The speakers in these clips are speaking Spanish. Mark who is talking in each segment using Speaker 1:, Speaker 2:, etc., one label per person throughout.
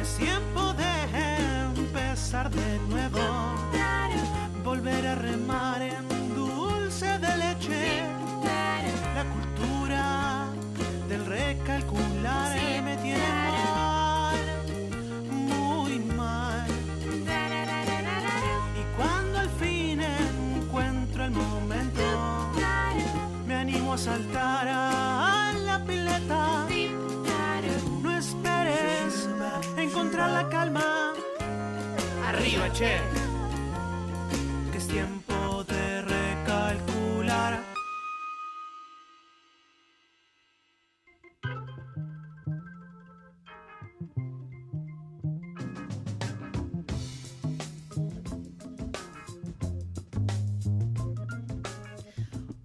Speaker 1: Es tiempo de empezar de nuevo. Volver a remar en dulce de leche. La cultura del recalcular eh, me tiene mal, muy mal. Y cuando al fin encuentro el momento, me animo a saltar a la pileta. No esperes encontrar la calma. Arriba, che. Que es tiempo de recalcular.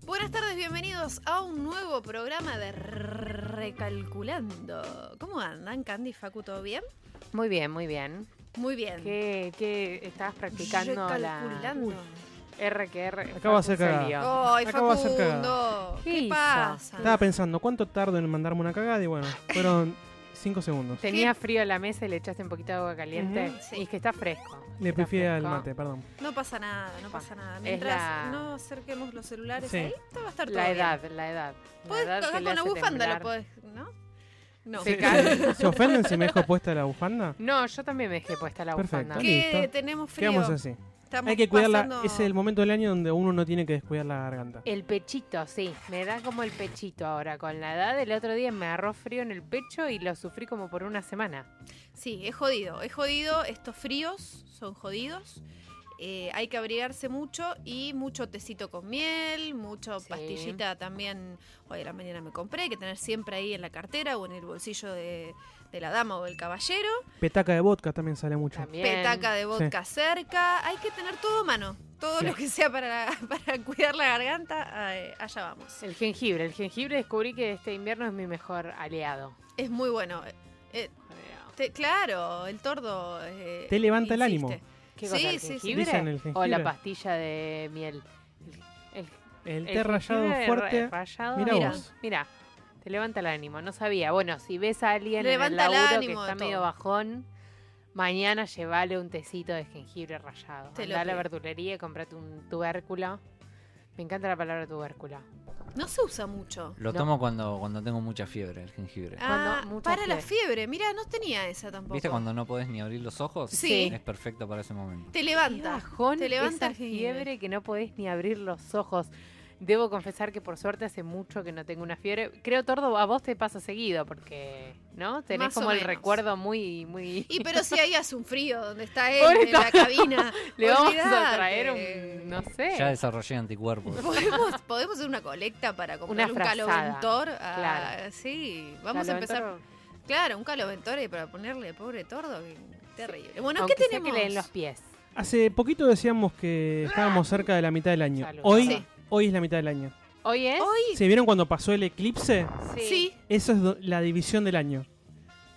Speaker 2: Buenas tardes, bienvenidos a un nuevo programa de Recalculando. ¿Cómo andan, Candy Facu? ¿Todo bien?
Speaker 3: Muy bien, muy bien.
Speaker 2: Muy bien.
Speaker 3: ¿Qué, qué estabas practicando la
Speaker 2: Recalculando. Oh,
Speaker 3: R que R?
Speaker 4: Acabo de hacer
Speaker 3: Facu se
Speaker 4: cagada.
Speaker 3: lió.
Speaker 2: ¡Ay,
Speaker 4: Acabo de hacer
Speaker 2: Facundo!
Speaker 3: ¿Qué
Speaker 2: ¿Qué,
Speaker 3: hizo?
Speaker 2: pasa?
Speaker 4: Estaba pensando, ¿cuánto tardo en mandarme una cagada? Y bueno, fueron 5 segundos.
Speaker 3: Tenía frío en la mesa y le echaste un poquito de agua caliente.
Speaker 2: Ujú. Sí.
Speaker 3: Y es que está fresco.
Speaker 4: Le
Speaker 3: Está
Speaker 4: pifié al
Speaker 3: fresco.
Speaker 4: mate, perdón.
Speaker 2: No pasa nada, no pasa nada.
Speaker 3: Es
Speaker 2: Mientras
Speaker 3: la-
Speaker 2: no acerquemos los celulares
Speaker 4: Sí.
Speaker 2: ahí, te va a estar todo
Speaker 3: La
Speaker 2: bien.
Speaker 3: edad, la edad. La
Speaker 2: Podés
Speaker 3: edad
Speaker 2: cagar
Speaker 3: que
Speaker 2: con
Speaker 3: le
Speaker 2: una
Speaker 3: hace
Speaker 2: bufanda,
Speaker 3: temblar.
Speaker 2: lo podés, ¿no? No.
Speaker 3: Sí,
Speaker 4: ¿Se,
Speaker 3: claro.
Speaker 4: se ofenden si me dejo puesta la bufanda?
Speaker 3: No, yo también me dejé puesta la
Speaker 4: Perfecto.
Speaker 3: bufanda.
Speaker 4: ¿Qué?
Speaker 2: Que
Speaker 4: Listo.
Speaker 2: tenemos frío.
Speaker 4: Quedamos así.
Speaker 2: Estamos
Speaker 4: Hay que cuidarla.
Speaker 2: pasando- Eh.
Speaker 4: Es el momento del año donde uno no tiene que descuidar la garganta.
Speaker 3: El pechito, sí. Me da como el pechito ahora. Con la edad, el otro día me agarró frío en el pecho y lo sufrí como por una semana.
Speaker 2: Sí, es jodido, es jodido, estos fríos son jodidos. eh, hay que abrigarse mucho y mucho tecito con miel, mucho
Speaker 3: Sí.
Speaker 2: pastillita también. Hoy a la mañana me compré, que tener siempre ahí en la cartera o en el bolsillo de, de la dama o del caballero.
Speaker 4: Petaca de vodka también sale mucho.
Speaker 3: También.
Speaker 2: Petaca de vodka cerca. Hay que tener todo a mano, todo
Speaker 4: Sí.
Speaker 2: lo que sea para, para cuidar la garganta. eh, allá vamos.
Speaker 3: El jengibre. El jengibre descubrí que este invierno es mi mejor aliado.
Speaker 2: Es muy bueno. Eh, te- claro, el tordo. eh,
Speaker 4: Te levanta el ánimo.
Speaker 3: ¿Qué
Speaker 2: Sí,
Speaker 3: cosa, el
Speaker 2: sí, sí.
Speaker 3: jengibre?
Speaker 4: Dicen el
Speaker 3: O la
Speaker 4: jengibre.
Speaker 3: pastilla de miel. El, el-
Speaker 4: El
Speaker 3: el
Speaker 4: té rayado
Speaker 3: jengibre
Speaker 4: fuerte.
Speaker 3: ra- rallado.
Speaker 4: Mirá
Speaker 2: Mira.
Speaker 4: vos.
Speaker 3: Mirá, te levanta el ánimo. No sabía. Bueno, si ves a alguien
Speaker 2: Levanta
Speaker 3: en el
Speaker 2: el
Speaker 3: laburo
Speaker 2: ánimo
Speaker 3: que
Speaker 2: de
Speaker 3: está medio
Speaker 2: todo.
Speaker 3: bajón, mañana llevale un tecito de jengibre rallado.
Speaker 2: Te lo
Speaker 3: Andá a la
Speaker 2: pido.
Speaker 3: verdulería y comprate un tubérculo. Me encanta la palabra tubérculo.
Speaker 2: No se usa mucho.
Speaker 5: Lo
Speaker 3: No.
Speaker 5: tomo cuando, cuando tengo mucha fiebre, el jengibre.
Speaker 2: Ah,
Speaker 3: Cuando mucha
Speaker 2: para la fiebre. Mira, no tenía esa tampoco.
Speaker 5: ¿Viste cuando no podés ni abrir los ojos?
Speaker 2: Sí.
Speaker 5: Es perfecto para ese momento.
Speaker 2: Te
Speaker 3: Qué
Speaker 2: levanta.
Speaker 3: bajón
Speaker 2: te levanta
Speaker 3: esa
Speaker 2: el jengibre.
Speaker 3: fiebre que no podés ni abrir los ojos. Debo confesar que por suerte hace mucho que no tengo una fiebre. Creo, Tordo, a vos te pasa seguido porque, ¿no? Tenés
Speaker 2: Más o
Speaker 3: como el
Speaker 2: menos.
Speaker 3: recuerdo muy, muy...
Speaker 2: Y pero si ahí hace un frío donde está él
Speaker 3: Pobre
Speaker 2: en la
Speaker 3: Tano.
Speaker 2: cabina.
Speaker 3: Le vamos
Speaker 2: Olvidate.
Speaker 3: a traer un, no sé.
Speaker 5: Ya desarrollé anticuerpos.
Speaker 2: ¿Podemos, podemos hacer una colecta para comprar un
Speaker 3: frazada.
Speaker 2: caloventor. Ah,
Speaker 3: Claro.
Speaker 2: Sí, vamos a
Speaker 3: Calor,
Speaker 2: empezar.
Speaker 3: Tordo.
Speaker 2: Claro, un caloventor y para ponerle, pobre tordo. que- Terrible. Bueno,
Speaker 3: Aunque
Speaker 2: ¿qué
Speaker 3: sea
Speaker 2: tenemos?
Speaker 3: Que le den los pies.
Speaker 4: Hace poquito decíamos que estábamos cerca de la mitad del año.
Speaker 3: Salud.
Speaker 4: Hoy,
Speaker 2: Sí.
Speaker 4: hoy es la mitad del año.
Speaker 3: ¿Hoy es?
Speaker 2: Hoy,
Speaker 4: ¿Se vieron cuando pasó el eclipse?
Speaker 2: sí.
Speaker 4: Eso es do- la división del año.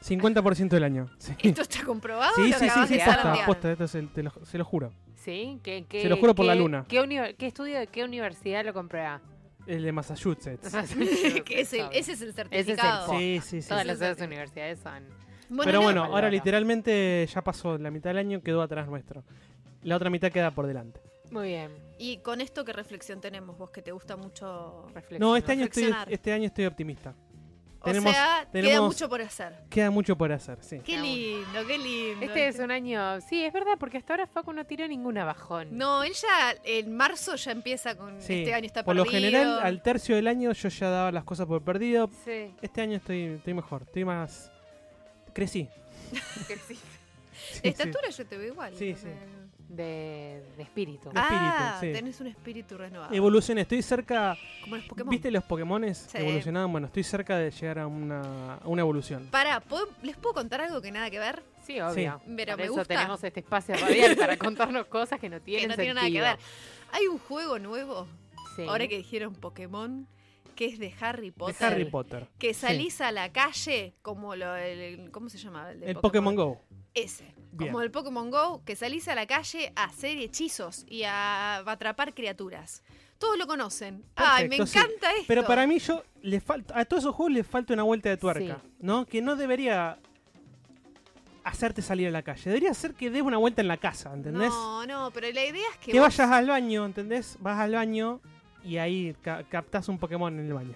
Speaker 4: 50% del año. Sí, sí,
Speaker 2: ¿Esto está comprobado?
Speaker 4: sí,
Speaker 2: Eh, ¿Lo
Speaker 4: sí,
Speaker 2: acabas
Speaker 4: sí,
Speaker 2: de
Speaker 4: posta,
Speaker 2: zarandear?
Speaker 4: posta, esto se, te lo, se lo juro.
Speaker 3: Sí, ¿Qué, qué-
Speaker 4: Se lo juro por la
Speaker 3: qué-
Speaker 4: luna.
Speaker 3: ¿Qué, uni- qué estudio de qué universidad lo Ah. comprueba?
Speaker 4: El de Massachusetts.
Speaker 2: Que es el- ese es el
Speaker 3: el
Speaker 2: certificado.
Speaker 3: foco.
Speaker 4: Sí, sí, sí.
Speaker 3: Todas las
Speaker 2: ese es
Speaker 3: otras
Speaker 2: el-
Speaker 3: universidades son...
Speaker 4: Pero
Speaker 2: no,
Speaker 4: bueno,
Speaker 3: no.
Speaker 4: ahora literalmente ya pasó la mitad del año, quedó atrás nuestro. La otra mitad queda por delante.
Speaker 3: Muy bien,
Speaker 2: Y con esto, ¿qué reflexión tenemos vos que te gusta mucho?
Speaker 4: No, este año estoy,
Speaker 2: reflexionar.
Speaker 4: este año estoy optimista.
Speaker 2: O
Speaker 4: Tenemos-
Speaker 2: sea, queda
Speaker 4: tenemos-
Speaker 2: mucho por hacer.
Speaker 4: Queda mucho por hacer, sí.
Speaker 2: Qué
Speaker 3: Está bueno.
Speaker 2: lindo, qué lindo.
Speaker 3: Este es un año. Sí, es verdad, porque hasta ahora Facu no tiró ninguna bajón.
Speaker 2: No, él ya en marzo ya empieza con
Speaker 4: Sí.
Speaker 2: este año está
Speaker 4: por lo
Speaker 2: perdido.
Speaker 4: general, al tercio del año yo ya daba las cosas por perdido.
Speaker 3: Sí,
Speaker 4: Este año estoy, estoy mejor, estoy más... Crecí.
Speaker 3: que sí.
Speaker 4: Sí,
Speaker 2: de
Speaker 4: sí.
Speaker 2: estatura yo te veo igual.
Speaker 4: Sí,
Speaker 2: no
Speaker 4: sí.
Speaker 2: me-
Speaker 3: De, de espíritu.
Speaker 4: Ah.
Speaker 2: Ah,
Speaker 4: espíritu, sí.
Speaker 2: tenés un espíritu renovado.
Speaker 4: Evolucioné, estoy cerca...
Speaker 2: como los Pokémon.
Speaker 4: ¿Viste los Pokémones que
Speaker 2: Sí.
Speaker 4: evolucionaban? Bueno, estoy cerca de llegar a una, a una evolución.
Speaker 2: Pará, ¿puedo- ¿les puedo contar algo que nada que ver?
Speaker 3: Sí, obvio.
Speaker 2: Sí. Pero
Speaker 3: Por
Speaker 2: me
Speaker 3: eso
Speaker 2: gusta.
Speaker 3: tenemos este espacio radial para contarnos cosas que no tienen
Speaker 2: que no tiene nada que
Speaker 3: sentido.
Speaker 2: ver. Hay un juego nuevo,
Speaker 3: Sí.
Speaker 2: ahora que dijeron Pokémon, que es de Harry
Speaker 4: De
Speaker 2: Potter.
Speaker 4: Harry Potter.
Speaker 2: Que salís a la calle como lo, el- ¿cómo se llamaba? El, de
Speaker 4: El Pokémon Go.
Speaker 2: Ese.
Speaker 4: Bien.
Speaker 2: Como el Pokémon Go, que salís a la calle a hacer hechizos y a atrapar criaturas. Todos lo conocen. Ay, me
Speaker 4: Perfecto, sí.
Speaker 2: encanta esto.
Speaker 4: Pero para mí yo le falta a todos esos juegos le falta una vuelta de tuerca,
Speaker 3: Sí.
Speaker 4: ¿no? Que no debería hacerte salir a la calle. Debería ser que des una vuelta en la casa, ¿entendés?
Speaker 2: No, no, pero la idea es que.
Speaker 4: que
Speaker 2: vos-
Speaker 4: vayas al baño, ¿entendés? Vas al baño y ahí ca- captás un Pokémon en el baño.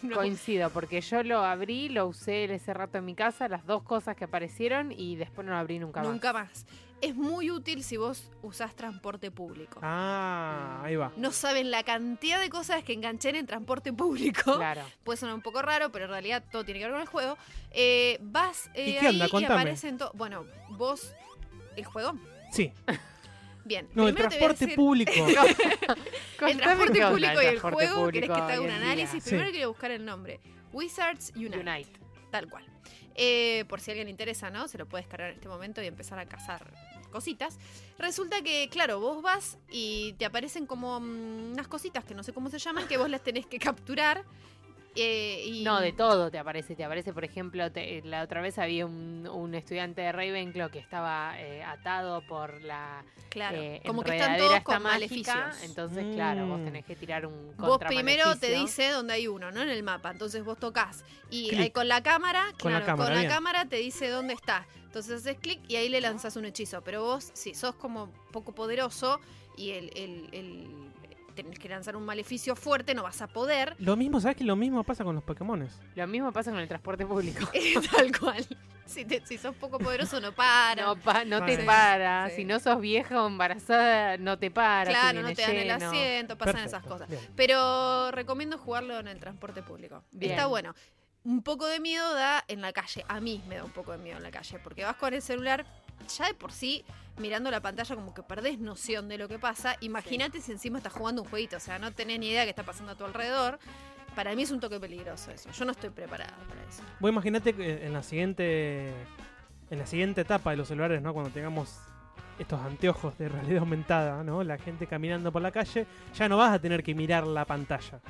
Speaker 2: No.
Speaker 3: Coincido, porque yo lo abrí, lo usé ese rato en mi casa, las dos cosas que aparecieron y después no lo abrí nunca más.
Speaker 2: Nunca más. Es muy útil si vos usás transporte público.
Speaker 4: Ah, ahí va.
Speaker 2: No saben la cantidad de cosas que enganché en el transporte público.
Speaker 3: Claro.
Speaker 2: Puede sonar un poco raro, pero en realidad todo tiene que ver con el juego. Eh, vas
Speaker 4: ¿Y
Speaker 2: eh,
Speaker 4: qué onda?
Speaker 2: ahí y
Speaker 4: Contame.
Speaker 2: aparecen to- Bueno, vos. ¿El juego?
Speaker 4: Sí.
Speaker 2: Bien.
Speaker 4: No, el
Speaker 2: primero te voy a
Speaker 4: transporte
Speaker 2: decir-
Speaker 4: público.
Speaker 2: El transporte
Speaker 3: Contame
Speaker 2: público y
Speaker 3: qué
Speaker 2: el
Speaker 3: onda
Speaker 2: juego,
Speaker 3: transporte
Speaker 2: ¿querés que te
Speaker 3: público
Speaker 2: haga un
Speaker 3: hoy en día.
Speaker 2: análisis?
Speaker 4: Sí.
Speaker 2: Primero quiero buscar el nombre. Wizards Unite.
Speaker 3: Unite.
Speaker 2: Tal cual. Eh, por si a alguien le interesa, ¿no? Se lo puede descargar en este momento y empezar a cazar cositas. Resulta que, claro, vos vas y te aparecen como mm, unas cositas que no sé cómo se llaman, que vos las tenés que capturar. eh, y
Speaker 3: No, de todo te aparece. Te aparece, por ejemplo, te- la otra vez había un, un estudiante de Ravenclaw que estaba eh, atado por la
Speaker 2: Claro,
Speaker 3: eh,
Speaker 2: como que
Speaker 3: enredadera
Speaker 2: están todos
Speaker 3: esta
Speaker 2: con
Speaker 3: mágica.
Speaker 2: maleficios.
Speaker 3: Entonces, claro, vos
Speaker 4: Mm.
Speaker 3: tenés que tirar un
Speaker 2: Vos primero te
Speaker 3: contramaleficio.
Speaker 2: dice dónde hay uno, ¿no? En el mapa. Entonces vos tocas. Y
Speaker 4: Clic.
Speaker 2: ahí con la cámara,
Speaker 4: Con la
Speaker 2: claro,
Speaker 4: cámara,
Speaker 2: con la
Speaker 4: bien.
Speaker 2: cámara te dice dónde está. Entonces haces clic y ahí le lanzas un hechizo. Pero vos, si sos como poco poderoso y el, el- el- tenés que lanzar un maleficio fuerte, no vas a poder.
Speaker 4: Lo mismo, ¿sabes que lo mismo pasa con los Pokémones?
Speaker 3: Lo mismo pasa con el transporte público.
Speaker 2: Eh, Tal cual. Si, te- si sos poco poderoso, no para.
Speaker 3: No, pa- no te
Speaker 4: Sí,
Speaker 3: para.
Speaker 2: sí.
Speaker 3: Si no sos vieja o embarazada, no te para. si
Speaker 2: claro, no
Speaker 3: viene
Speaker 2: te dan el
Speaker 3: lleno.
Speaker 2: asiento, pasan
Speaker 4: Perfecto,
Speaker 2: esas cosas.
Speaker 4: bien.
Speaker 2: Pero recomiendo jugarlo en el transporte público.
Speaker 3: Bien.
Speaker 2: Está bueno. Un poco de miedo da en la calle. A mí me da un poco de miedo en la calle. Porque vas con el celular, ya de por sí, mirando la pantalla, como que perdés noción de lo que pasa. Imagínate si encima estás jugando un jueguito. O sea, no tenés ni idea de qué está pasando a tu alrededor. Para mí es un toque peligroso eso. Yo no estoy preparada para eso.
Speaker 4: Vos imaginate que en la siguiente. En la siguiente etapa de los celulares, ¿no? Cuando tengamos estos anteojos de realidad aumentada, ¿no? La gente caminando por la calle, ya no vas a tener que mirar la pantalla.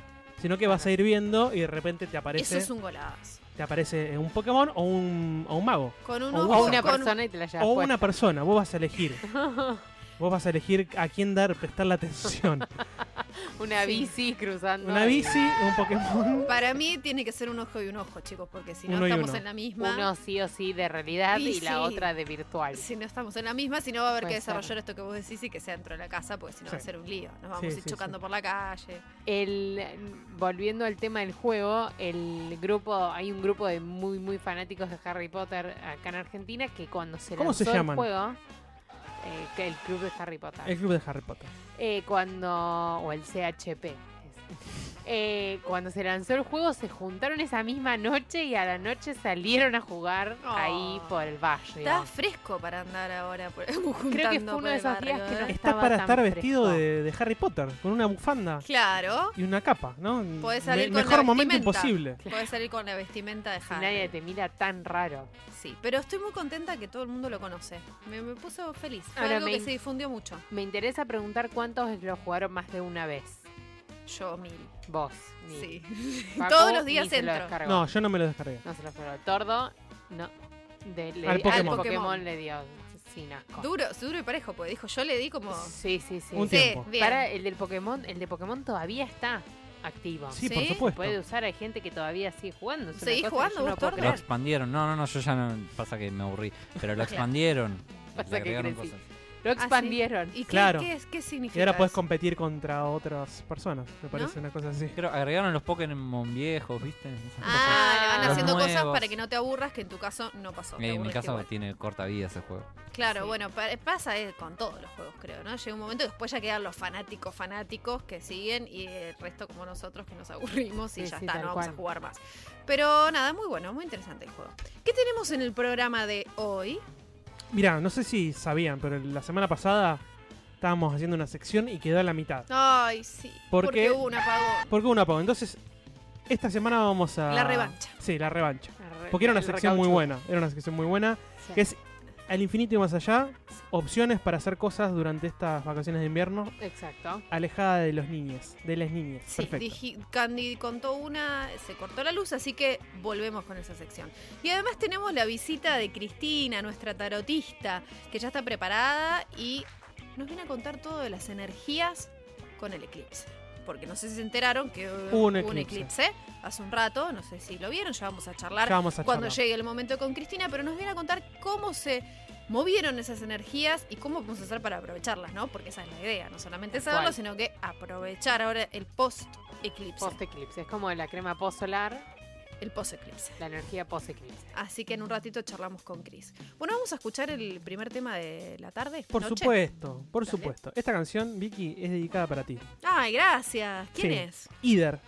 Speaker 4: Sino que vas a ir viendo y de repente te
Speaker 2: Eso
Speaker 4: aparece.
Speaker 2: es un golazo.
Speaker 4: Te aparece eh, un Pokémon o un, o un mago.
Speaker 2: Con un
Speaker 4: O
Speaker 2: ojo,
Speaker 3: O una
Speaker 2: con-
Speaker 3: persona y te la llevas
Speaker 4: o
Speaker 3: puesta.
Speaker 4: una persona, vos vas a elegir. Vos vas a elegir a quién dar, prestar la atención.
Speaker 3: Una
Speaker 2: Sí.
Speaker 3: bici cruzando.
Speaker 4: Una
Speaker 3: ahí.
Speaker 4: bici, un Pokémon.
Speaker 2: Para mí tiene que ser un ojo y un ojo, chicos. Porque si no
Speaker 4: Uno y
Speaker 2: estamos
Speaker 4: uno.
Speaker 2: en la misma.
Speaker 3: Uno sí o sí de realidad y,
Speaker 2: Y sí.
Speaker 3: la otra de virtual.
Speaker 2: Si no estamos en la misma, si no va a haber
Speaker 3: Puede
Speaker 2: que desarrollar
Speaker 3: ser.
Speaker 2: esto que vos decís y que sea dentro de la casa, porque si no va a
Speaker 4: Sí.
Speaker 2: ser un lío. Nos vamos
Speaker 4: Sí,
Speaker 2: a ir
Speaker 4: sí, sí.
Speaker 2: chocando por la calle.
Speaker 3: El, volviendo al tema del juego, el grupo, hay un grupo de muy muy fanáticos de Harry Potter acá en Argentina que cuando se
Speaker 4: ¿Cómo se
Speaker 3: lanzó
Speaker 4: llaman?
Speaker 3: el juego, eh, que el club de Harry Potter.
Speaker 4: El club de Harry Potter.
Speaker 3: Eh, cuando. O el CHP. es. Eh, cuando se lanzó el juego, se juntaron esa misma noche y a la noche salieron a jugar
Speaker 2: Oh.
Speaker 3: ahí por el valle.
Speaker 2: Está
Speaker 3: digamos.
Speaker 2: fresco para andar ahora. Por,
Speaker 3: Creo que fue
Speaker 2: juntando
Speaker 3: uno de
Speaker 2: por
Speaker 3: esos
Speaker 2: el
Speaker 3: días
Speaker 2: barrio,
Speaker 3: que no
Speaker 2: ¿eh?
Speaker 4: Está
Speaker 3: estaba
Speaker 4: para
Speaker 3: tan
Speaker 4: estar vestido
Speaker 3: fresco.
Speaker 4: de, de Harry Potter, con una bufanda
Speaker 2: Claro.
Speaker 4: y una capa, ¿no?
Speaker 2: Podés salir con
Speaker 4: mejor
Speaker 2: la
Speaker 4: momento
Speaker 2: vestimenta.
Speaker 4: imposible.
Speaker 2: Podés salir con la vestimenta de
Speaker 3: Si
Speaker 2: Harry.
Speaker 3: nadie te mira tan raro.
Speaker 2: Sí, pero estoy muy contenta que todo el mundo lo conoce. Me, me puso feliz. Fue
Speaker 3: Ahora
Speaker 2: algo
Speaker 3: me
Speaker 2: que
Speaker 3: in-
Speaker 2: se difundió mucho.
Speaker 3: Me interesa preguntar cuántos lo jugaron más de una vez.
Speaker 2: Yo mil.
Speaker 3: Vos. ni-
Speaker 2: Sí.
Speaker 3: Facu,
Speaker 2: Todos los días
Speaker 3: ni se lo
Speaker 2: entro.
Speaker 3: descargó.
Speaker 4: No, yo no me lo descargué.
Speaker 3: No se lo descargó. Tordo, no. De- le
Speaker 4: Al
Speaker 3: di- al
Speaker 4: Pokémon.
Speaker 2: Pokémon.
Speaker 3: le dio sin asco.
Speaker 2: Duro, duro y parejo, porque dijo, yo le di como.
Speaker 3: Sí, sí, sí.
Speaker 4: Un
Speaker 3: Sí,
Speaker 2: Sí,
Speaker 4: tiempo.
Speaker 2: bien.
Speaker 3: Para el del Pokémon, el de Pokémon todavía está activo.
Speaker 4: Sí, por
Speaker 2: ¿Sí?
Speaker 4: supuesto.
Speaker 3: Puede usar, hay gente que todavía sigue jugando. es una
Speaker 2: ¿Seguís
Speaker 3: cosa que
Speaker 2: jugando
Speaker 3: yo no
Speaker 2: vos,
Speaker 3: puedo
Speaker 2: Tordo?
Speaker 5: Lo
Speaker 3: creer.
Speaker 5: expandieron. No, no, no, yo ya no. Pasa que me aburrí. Pero lo expandieron. Le
Speaker 3: Pasa que
Speaker 5: agregaron
Speaker 3: crecí.
Speaker 5: cosas.
Speaker 3: Lo expandieron.
Speaker 2: ¿Y qué-
Speaker 4: Claro.
Speaker 2: qué, es- qué significa?
Speaker 4: Y ahora podés
Speaker 2: eso?
Speaker 4: competir contra otras personas, me parece una cosa así.
Speaker 5: Creo, agregaron los Pokémon viejos, ¿viste? Esas cosas.
Speaker 2: Ah, le van
Speaker 3: Los
Speaker 2: haciendo cosas
Speaker 5: nuevos.
Speaker 2: para que no te aburras, que en tu caso no pasó. te
Speaker 5: Eh, en mi
Speaker 2: aburriste
Speaker 5: caso
Speaker 2: igual.
Speaker 5: tiene corta vida ese juego.
Speaker 2: Claro,
Speaker 3: Sí.
Speaker 2: bueno, pa- pasa eh, con todos los juegos, creo, ¿no? Llega un momento que después ya quedan los fanáticos fanáticos que siguen y el resto como nosotros que nos aburrimos y
Speaker 3: Sí,
Speaker 2: ya
Speaker 3: sí,
Speaker 2: está,
Speaker 3: tal
Speaker 2: no vamos a
Speaker 3: cual.
Speaker 2: jugar más. Pero nada, muy bueno, muy interesante el juego. ¿Qué tenemos en el programa de hoy?
Speaker 4: Mirá, no sé si sabían, pero la semana pasada estábamos haciendo una sección y quedó a la mitad.
Speaker 2: Ay, sí,
Speaker 4: ¿Por
Speaker 2: porque
Speaker 4: qué?
Speaker 2: hubo un apagón.
Speaker 4: Porque una pausa. Entonces, esta semana vamos a.
Speaker 2: La revancha.
Speaker 4: Sí, la revancha. Porque era una
Speaker 3: El
Speaker 4: sección muy
Speaker 3: recaucho.
Speaker 4: buena. Era una sección muy buena.
Speaker 3: Sí.
Speaker 4: Que es al infinito y más allá. Opciones para hacer cosas durante estas vacaciones de invierno.
Speaker 3: Exacto.
Speaker 4: Alejada de los niños. De las niñas.
Speaker 2: Sí,
Speaker 4: Perfecto.
Speaker 2: dije- Candy contó una, se cortó la luz, así que volvemos con esa sección. Y además tenemos la visita de Cristina, nuestra tarotista, que ya está preparada y nos viene a contar todo de las energías con el eclipse. porque no sé si se enteraron que eh,
Speaker 4: Hubo
Speaker 2: hubo
Speaker 4: un
Speaker 2: un,
Speaker 4: eclipse.
Speaker 2: eclipse. hace un rato, no sé si lo vieron, ya vamos a charlar
Speaker 4: Ya vamos a
Speaker 2: cuando
Speaker 4: charlar.
Speaker 2: llegue el momento con Cristina, pero nos viene a contar cómo se movieron esas energías y cómo vamos a hacer para aprovecharlas, ¿no? Porque esa es la idea, no solamente
Speaker 3: Tal
Speaker 2: saberlo,
Speaker 3: cual.
Speaker 2: sino que aprovechar ahora el post-eclipse,
Speaker 3: Post eclipse. Es como la crema post solar,
Speaker 2: el post-eclipse.
Speaker 3: la energía post eclipse.
Speaker 2: Así que en un ratito charlamos con Chris. Bueno, vamos a escuchar el primer tema de la tarde.
Speaker 4: Por
Speaker 2: noche.
Speaker 4: supuesto, por
Speaker 2: Dale.
Speaker 4: supuesto. Esta canción, Vicky, es dedicada para ti.
Speaker 2: Ay, gracias. ¿Quién
Speaker 4: Sí.
Speaker 2: es?
Speaker 4: Ider.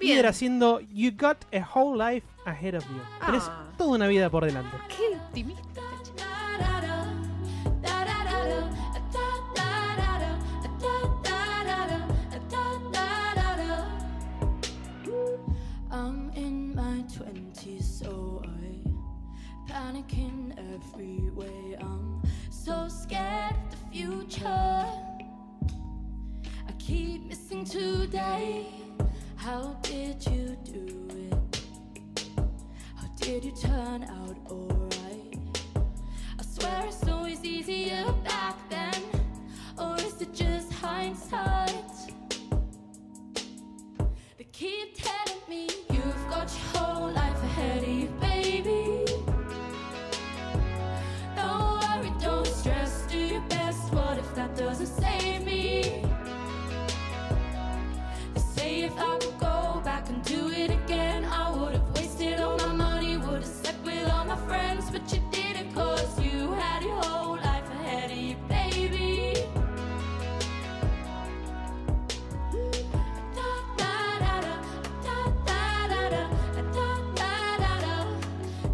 Speaker 2: Bien.
Speaker 4: Ider haciendo You Got a Whole Life Ahead of You. Tenés
Speaker 2: Ah.
Speaker 4: toda una vida por delante.
Speaker 2: Qué optimista. este chico.
Speaker 6: I'm in my twenties, so I panic in every way. I'm so scared of the future. I keep missing today. How did you do it? How did you turn out alright? I swear it's always easier back then. Or is it just hindsight? They keep telling me you've got your whole life ahead of you, baby. Don't worry, don't stress, do your best. What if that doesn't save me? They say if I could go back and do it again, I would have wasted all my money, would have slept with all my friends, but you didn't cause you had your whole life ahead of you, baby. Da da da da da da da da da da da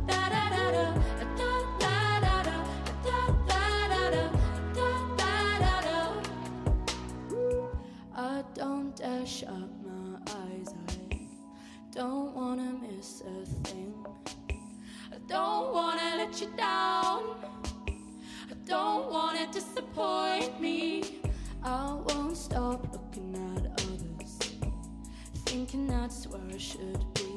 Speaker 6: da da da da da da da da da da da I don't dare shut my eyes. I don't wanna miss a thing. I don't wanna let you down. I don't wanna disappoint me. I won't stop looking at others, thinking that's where I should be.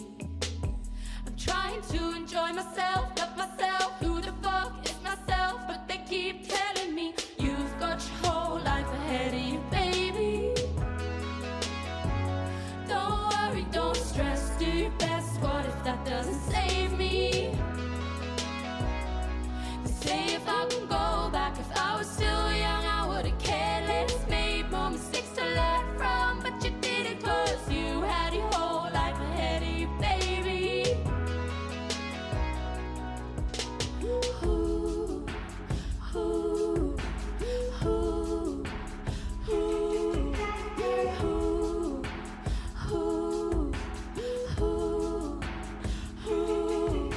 Speaker 6: I'm trying to enjoy myself, love myself. Who the fuck is myself? But they keep telling me you've got your whole life ahead of you, baby. Don't worry, don't stress, do your best. What if that doesn't save me? They say if I can go back, if I was still young, I would've cared less, made more mistakes to learn from. But you did it 'cause you had your whole life ahead of you, baby. Ooh, ooh, ooh, ooh, ooh, ooh, ooh.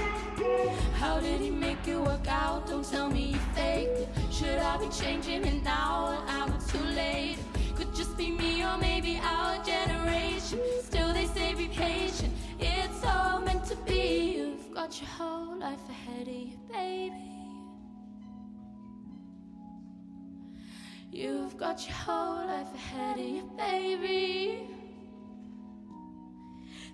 Speaker 6: How did he make it work out? Don't tell me you faked it. Should I be changing it now? Or am I too late? Could just be me or maybe our generation. Still, they say be patient. It's all meant to be. You've got your whole life ahead of you, baby. You've got your whole life ahead of you, baby.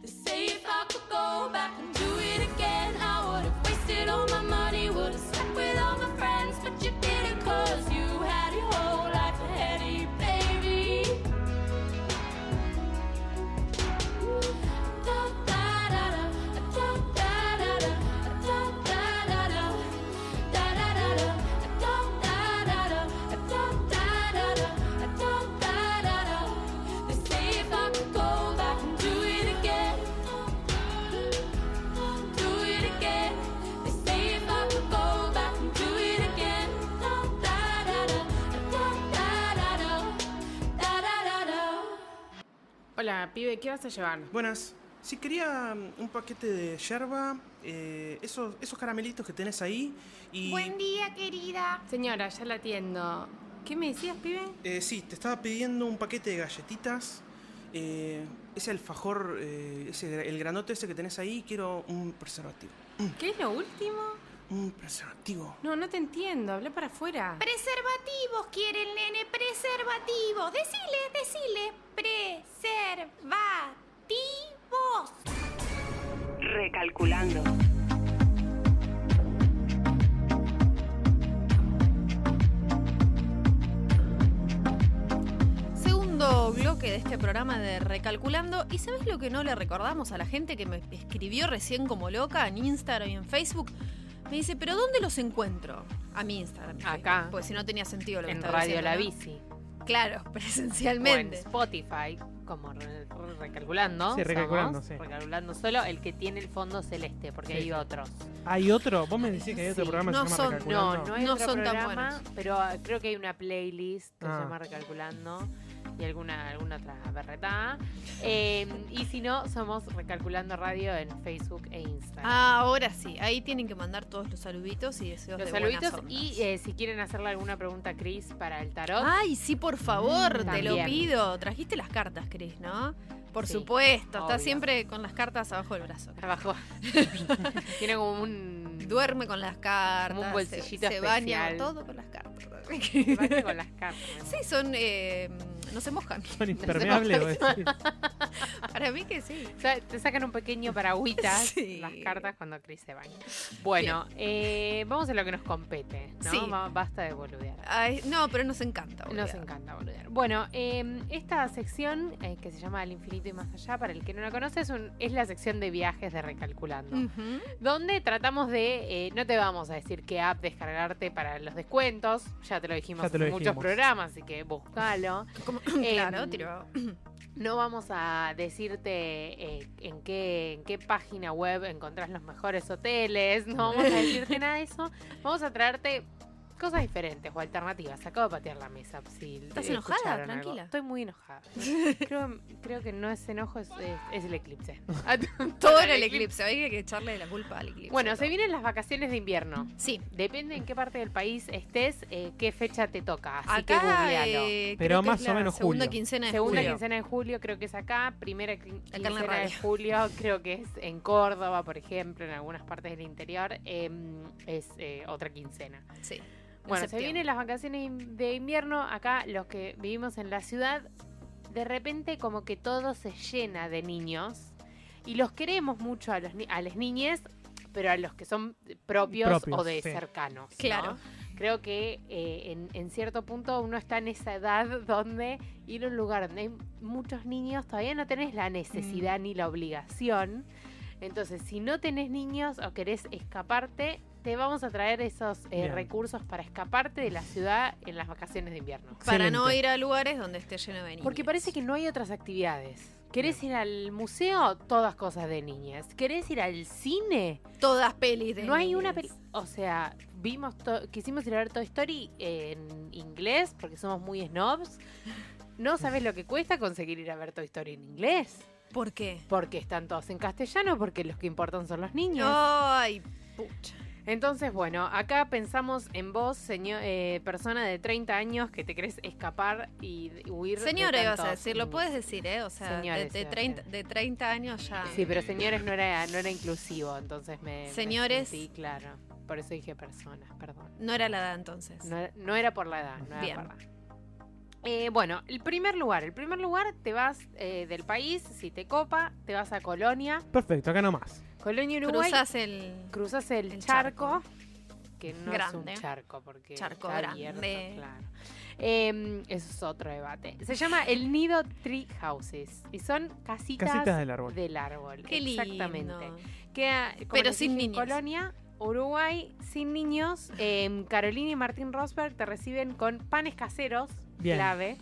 Speaker 6: They say if I could go back and do it again, I would have wasted all my money, would have slept with all my friends, but you did it cause you had your whole life ahead of you, baby. Da da da da, da da da da, da da da da, da da da da, da da da da, da da da da, da da da da. They say if I could go back and do it again, do it again. They say if I could go back and do it again, da da da da, da da da da, da da da da.
Speaker 3: Hola, pibe, ¿qué vas a llevar?
Speaker 7: Buenas. Si quería mm, un paquete de yerba, eh, esos, esos caramelitos que tenés ahí y...
Speaker 2: día, querida.
Speaker 3: Señora, ya la atiendo. ¿Qué me decías, pibe?
Speaker 7: Eh, sí, te estaba pidiendo un paquete de galletitas. eh, ese alfajor, eh, ese, gra- el granote ese que tenés ahí, quiero un preservativo.
Speaker 8: ¿Qué es lo último?
Speaker 7: Un preservativo.
Speaker 8: No, no te entiendo. Hablé para afuera.
Speaker 9: Preservativos quiere el nene, preservativos. Decile, decile, preservativos.
Speaker 10: Recalculando.
Speaker 2: Segundo bloque bloque de este programa de Recalculando. ¿Y sabes lo que no le recordamos a la gente que me escribió recién como loca en Instagram y en Facebook? Me dice, ¿pero dónde los encuentro? A mi Instagram. y
Speaker 3: Acá.
Speaker 2: Facebook, Porque si no tenía sentido lo que
Speaker 3: en
Speaker 2: estaba
Speaker 3: Radio
Speaker 2: diciendo,
Speaker 3: La
Speaker 2: ¿no?
Speaker 3: Bici.
Speaker 2: Claro,
Speaker 3: O en
Speaker 2: presencialmente.
Speaker 3: Spotify, como re- re- recalculando.
Speaker 4: Sí, recalculando,
Speaker 3: somos,
Speaker 4: sí.
Speaker 3: recalculando solo el que tiene el fondo celeste, porque
Speaker 4: Sí,
Speaker 3: hay
Speaker 4: sí.
Speaker 3: otros.
Speaker 4: ¿Hay otro? ¿Vos me decís que hay otro
Speaker 3: Sí,
Speaker 4: programa que
Speaker 2: no
Speaker 4: se llama
Speaker 2: son- no,
Speaker 4: Recalculando?
Speaker 3: No, no hay
Speaker 2: No
Speaker 3: otro
Speaker 2: son tan
Speaker 3: programa,
Speaker 2: buenos.
Speaker 3: pero ah, creo que hay una playlist que
Speaker 4: Ah.
Speaker 3: se llama Recalculando y alguna, alguna otra berreta. Eh, y si no, somos Recalculando Radio en Facebook e Instagram.
Speaker 2: Ah, ahora sí, ahí tienen que mandar todos los saluditos y deseos
Speaker 3: Los
Speaker 2: de buenas
Speaker 3: saluditos
Speaker 2: ondas.
Speaker 3: y eh, si quieren hacerle alguna pregunta a Cris para el tarot.
Speaker 2: Ay, sí, por favor,
Speaker 3: Mm,
Speaker 2: te lo
Speaker 3: también.
Speaker 2: pido. Trajiste las cartas, Cris, ¿no? Por
Speaker 3: Sí,
Speaker 2: supuesto, está
Speaker 3: obvio.
Speaker 2: siempre con las cartas abajo del brazo.
Speaker 3: Abajo. Tiene como un...
Speaker 2: Duerme con las cartas.
Speaker 3: Como un bolsillito
Speaker 2: se, se baña
Speaker 3: especial.
Speaker 2: todo con las cartas.
Speaker 3: se baña con las cartas.
Speaker 2: Sí, son. eh, no se mojan.
Speaker 4: ¿Son impermeables? vos decís?
Speaker 2: Para mí que sí.
Speaker 3: Sa- Te sacan un pequeño paragüitas
Speaker 2: Sí.
Speaker 3: las cartas cuando Chris se baña. Bueno, eh, vamos a lo que nos compete, ¿no?
Speaker 2: Sí.
Speaker 3: Va- Basta de boludear.
Speaker 4: Ah,
Speaker 2: Ay, no, pero nos encanta.
Speaker 3: Nos
Speaker 2: boludo.
Speaker 3: encanta boludear. Bueno, eh, esta sección eh, que se llama Al infinito y más allá, para el que no la conoce, es, un- es la sección de viajes de Recalculando.
Speaker 4: Mm.
Speaker 2: Ujú.
Speaker 3: Donde tratamos de, eh, no te vamos a decir qué app descargarte para los descuentos, ya te lo dijimos
Speaker 4: Ya te lo
Speaker 3: en muchos
Speaker 4: dijimos.
Speaker 3: programas, así que búscalo.
Speaker 2: Como-
Speaker 3: Eh,
Speaker 2: claro, tiro.
Speaker 3: No vamos a decirte eh, en, qué, en qué página web encontrás los mejores hoteles, no vamos a decirte nada de eso. Vamos a traerte cosas diferentes o alternativas. Acabo de patear la mesa. Si
Speaker 2: ¿Estás
Speaker 3: eh,
Speaker 2: enojada?
Speaker 3: escucharon algo.
Speaker 2: Tranquila.
Speaker 3: Estoy muy enojada. Creo, creo que no es enojo, es, es- es el eclipse.
Speaker 2: Ah, Todo era el eclipse. Hay que echarle la culpa al eclipse.
Speaker 3: Bueno,
Speaker 2: todo.
Speaker 3: se vienen las vacaciones de invierno.
Speaker 2: Sí.
Speaker 3: Depende en qué parte del país estés, eh, qué fecha te toca. Así que
Speaker 2: Acá,
Speaker 3: googlealo.
Speaker 2: eh,
Speaker 4: Pero
Speaker 2: creo que
Speaker 4: más
Speaker 2: es
Speaker 4: o
Speaker 2: la
Speaker 4: menos
Speaker 2: segunda
Speaker 4: julio.
Speaker 2: quincena de
Speaker 3: Segunda
Speaker 2: julio.
Speaker 3: quincena de julio creo que es acá, primera quin-
Speaker 2: Acá en la
Speaker 3: quincena de
Speaker 2: radio.
Speaker 3: julio creo que es en Córdoba, por ejemplo, en algunas partes del interior, eh, es eh, otra quincena.
Speaker 2: Sí. en
Speaker 3: Bueno, se
Speaker 2: septiembre.
Speaker 3: vienen las vacaciones in- de invierno, acá los que vivimos en la ciudad, de repente como que todo se llena de niños y los queremos mucho a, los ni- a las niñes, pero a los que son propios,
Speaker 4: Propios,
Speaker 3: o de
Speaker 4: sí.
Speaker 3: cercanos. ¿no?
Speaker 2: Claro.
Speaker 3: creo que eh, en, en cierto punto uno está en esa edad donde ir a un lugar donde hay muchos niños, todavía no tenés la necesidad ni la obligación. Entonces, si no tenés niños o querés escaparte, te vamos a traer esos eh,
Speaker 4: Bien.
Speaker 3: recursos para escaparte de la ciudad en las vacaciones de invierno.
Speaker 2: Para no
Speaker 4: Excelente.
Speaker 2: ir a lugares donde esté lleno de niños.
Speaker 3: Porque parece que no hay otras actividades. ¿Querés ir al museo? Todas cosas de niñas. ¿Querés ir al cine?
Speaker 2: Todas pelis de
Speaker 3: No hay una
Speaker 2: niños.
Speaker 3: peli. O sea, vimos to- quisimos ir a ver Toy Story en inglés porque somos muy snobs. No sabes lo que cuesta conseguir ir a ver Toy Story en inglés.
Speaker 2: ¿Por qué?
Speaker 3: Porque están todos en castellano, porque los que importan son los niños.
Speaker 2: Ay, pucha.
Speaker 3: Entonces, bueno, acá pensamos en vos, señor, eh, persona de 30 años que te querés escapar y de- huir. de
Speaker 2: Señora, ibas a
Speaker 3: tantos
Speaker 2: decir, lo
Speaker 3: niños.
Speaker 2: puedes decir, ¿eh? O sea,
Speaker 3: Señora,
Speaker 2: de, de
Speaker 3: se va a
Speaker 2: 30,
Speaker 3: hacer.
Speaker 2: de 30 años ya.
Speaker 3: Sí, pero señores no era, no era inclusivo, entonces me. me
Speaker 2: Señores.
Speaker 3: sentí, claro. Por eso dije personas, perdón.
Speaker 2: No era la edad entonces.
Speaker 3: No, era- no era por la edad, no era
Speaker 2: Bien.
Speaker 3: por la edad. Eh, bueno, el primer lugar. El primer lugar te vas eh, del país, si te copa, te vas a Colonia.
Speaker 4: Perfecto, acá nomás.
Speaker 3: Colonia, Uruguay.
Speaker 2: Cruzas el
Speaker 3: cruzas el,
Speaker 2: el
Speaker 3: charco,
Speaker 2: charco.
Speaker 3: que no
Speaker 2: Grande.
Speaker 3: es un charco, porque
Speaker 2: Charco
Speaker 3: está abierto,
Speaker 2: grande.
Speaker 3: claro. Eh, eso es otro debate. Se llama el nido tree houses. Y son casitas,
Speaker 4: Casitas del árbol.
Speaker 3: del árbol,
Speaker 2: Qué lindo.
Speaker 3: Exactamente. Queda, como
Speaker 2: Pero
Speaker 3: les
Speaker 2: sin
Speaker 3: dije, en
Speaker 2: niños.
Speaker 3: Colonia, Uruguay, sin niños. Eh, Carolina y Martín Rosberg te reciben con panes caseros,
Speaker 4: Bien.
Speaker 3: clave,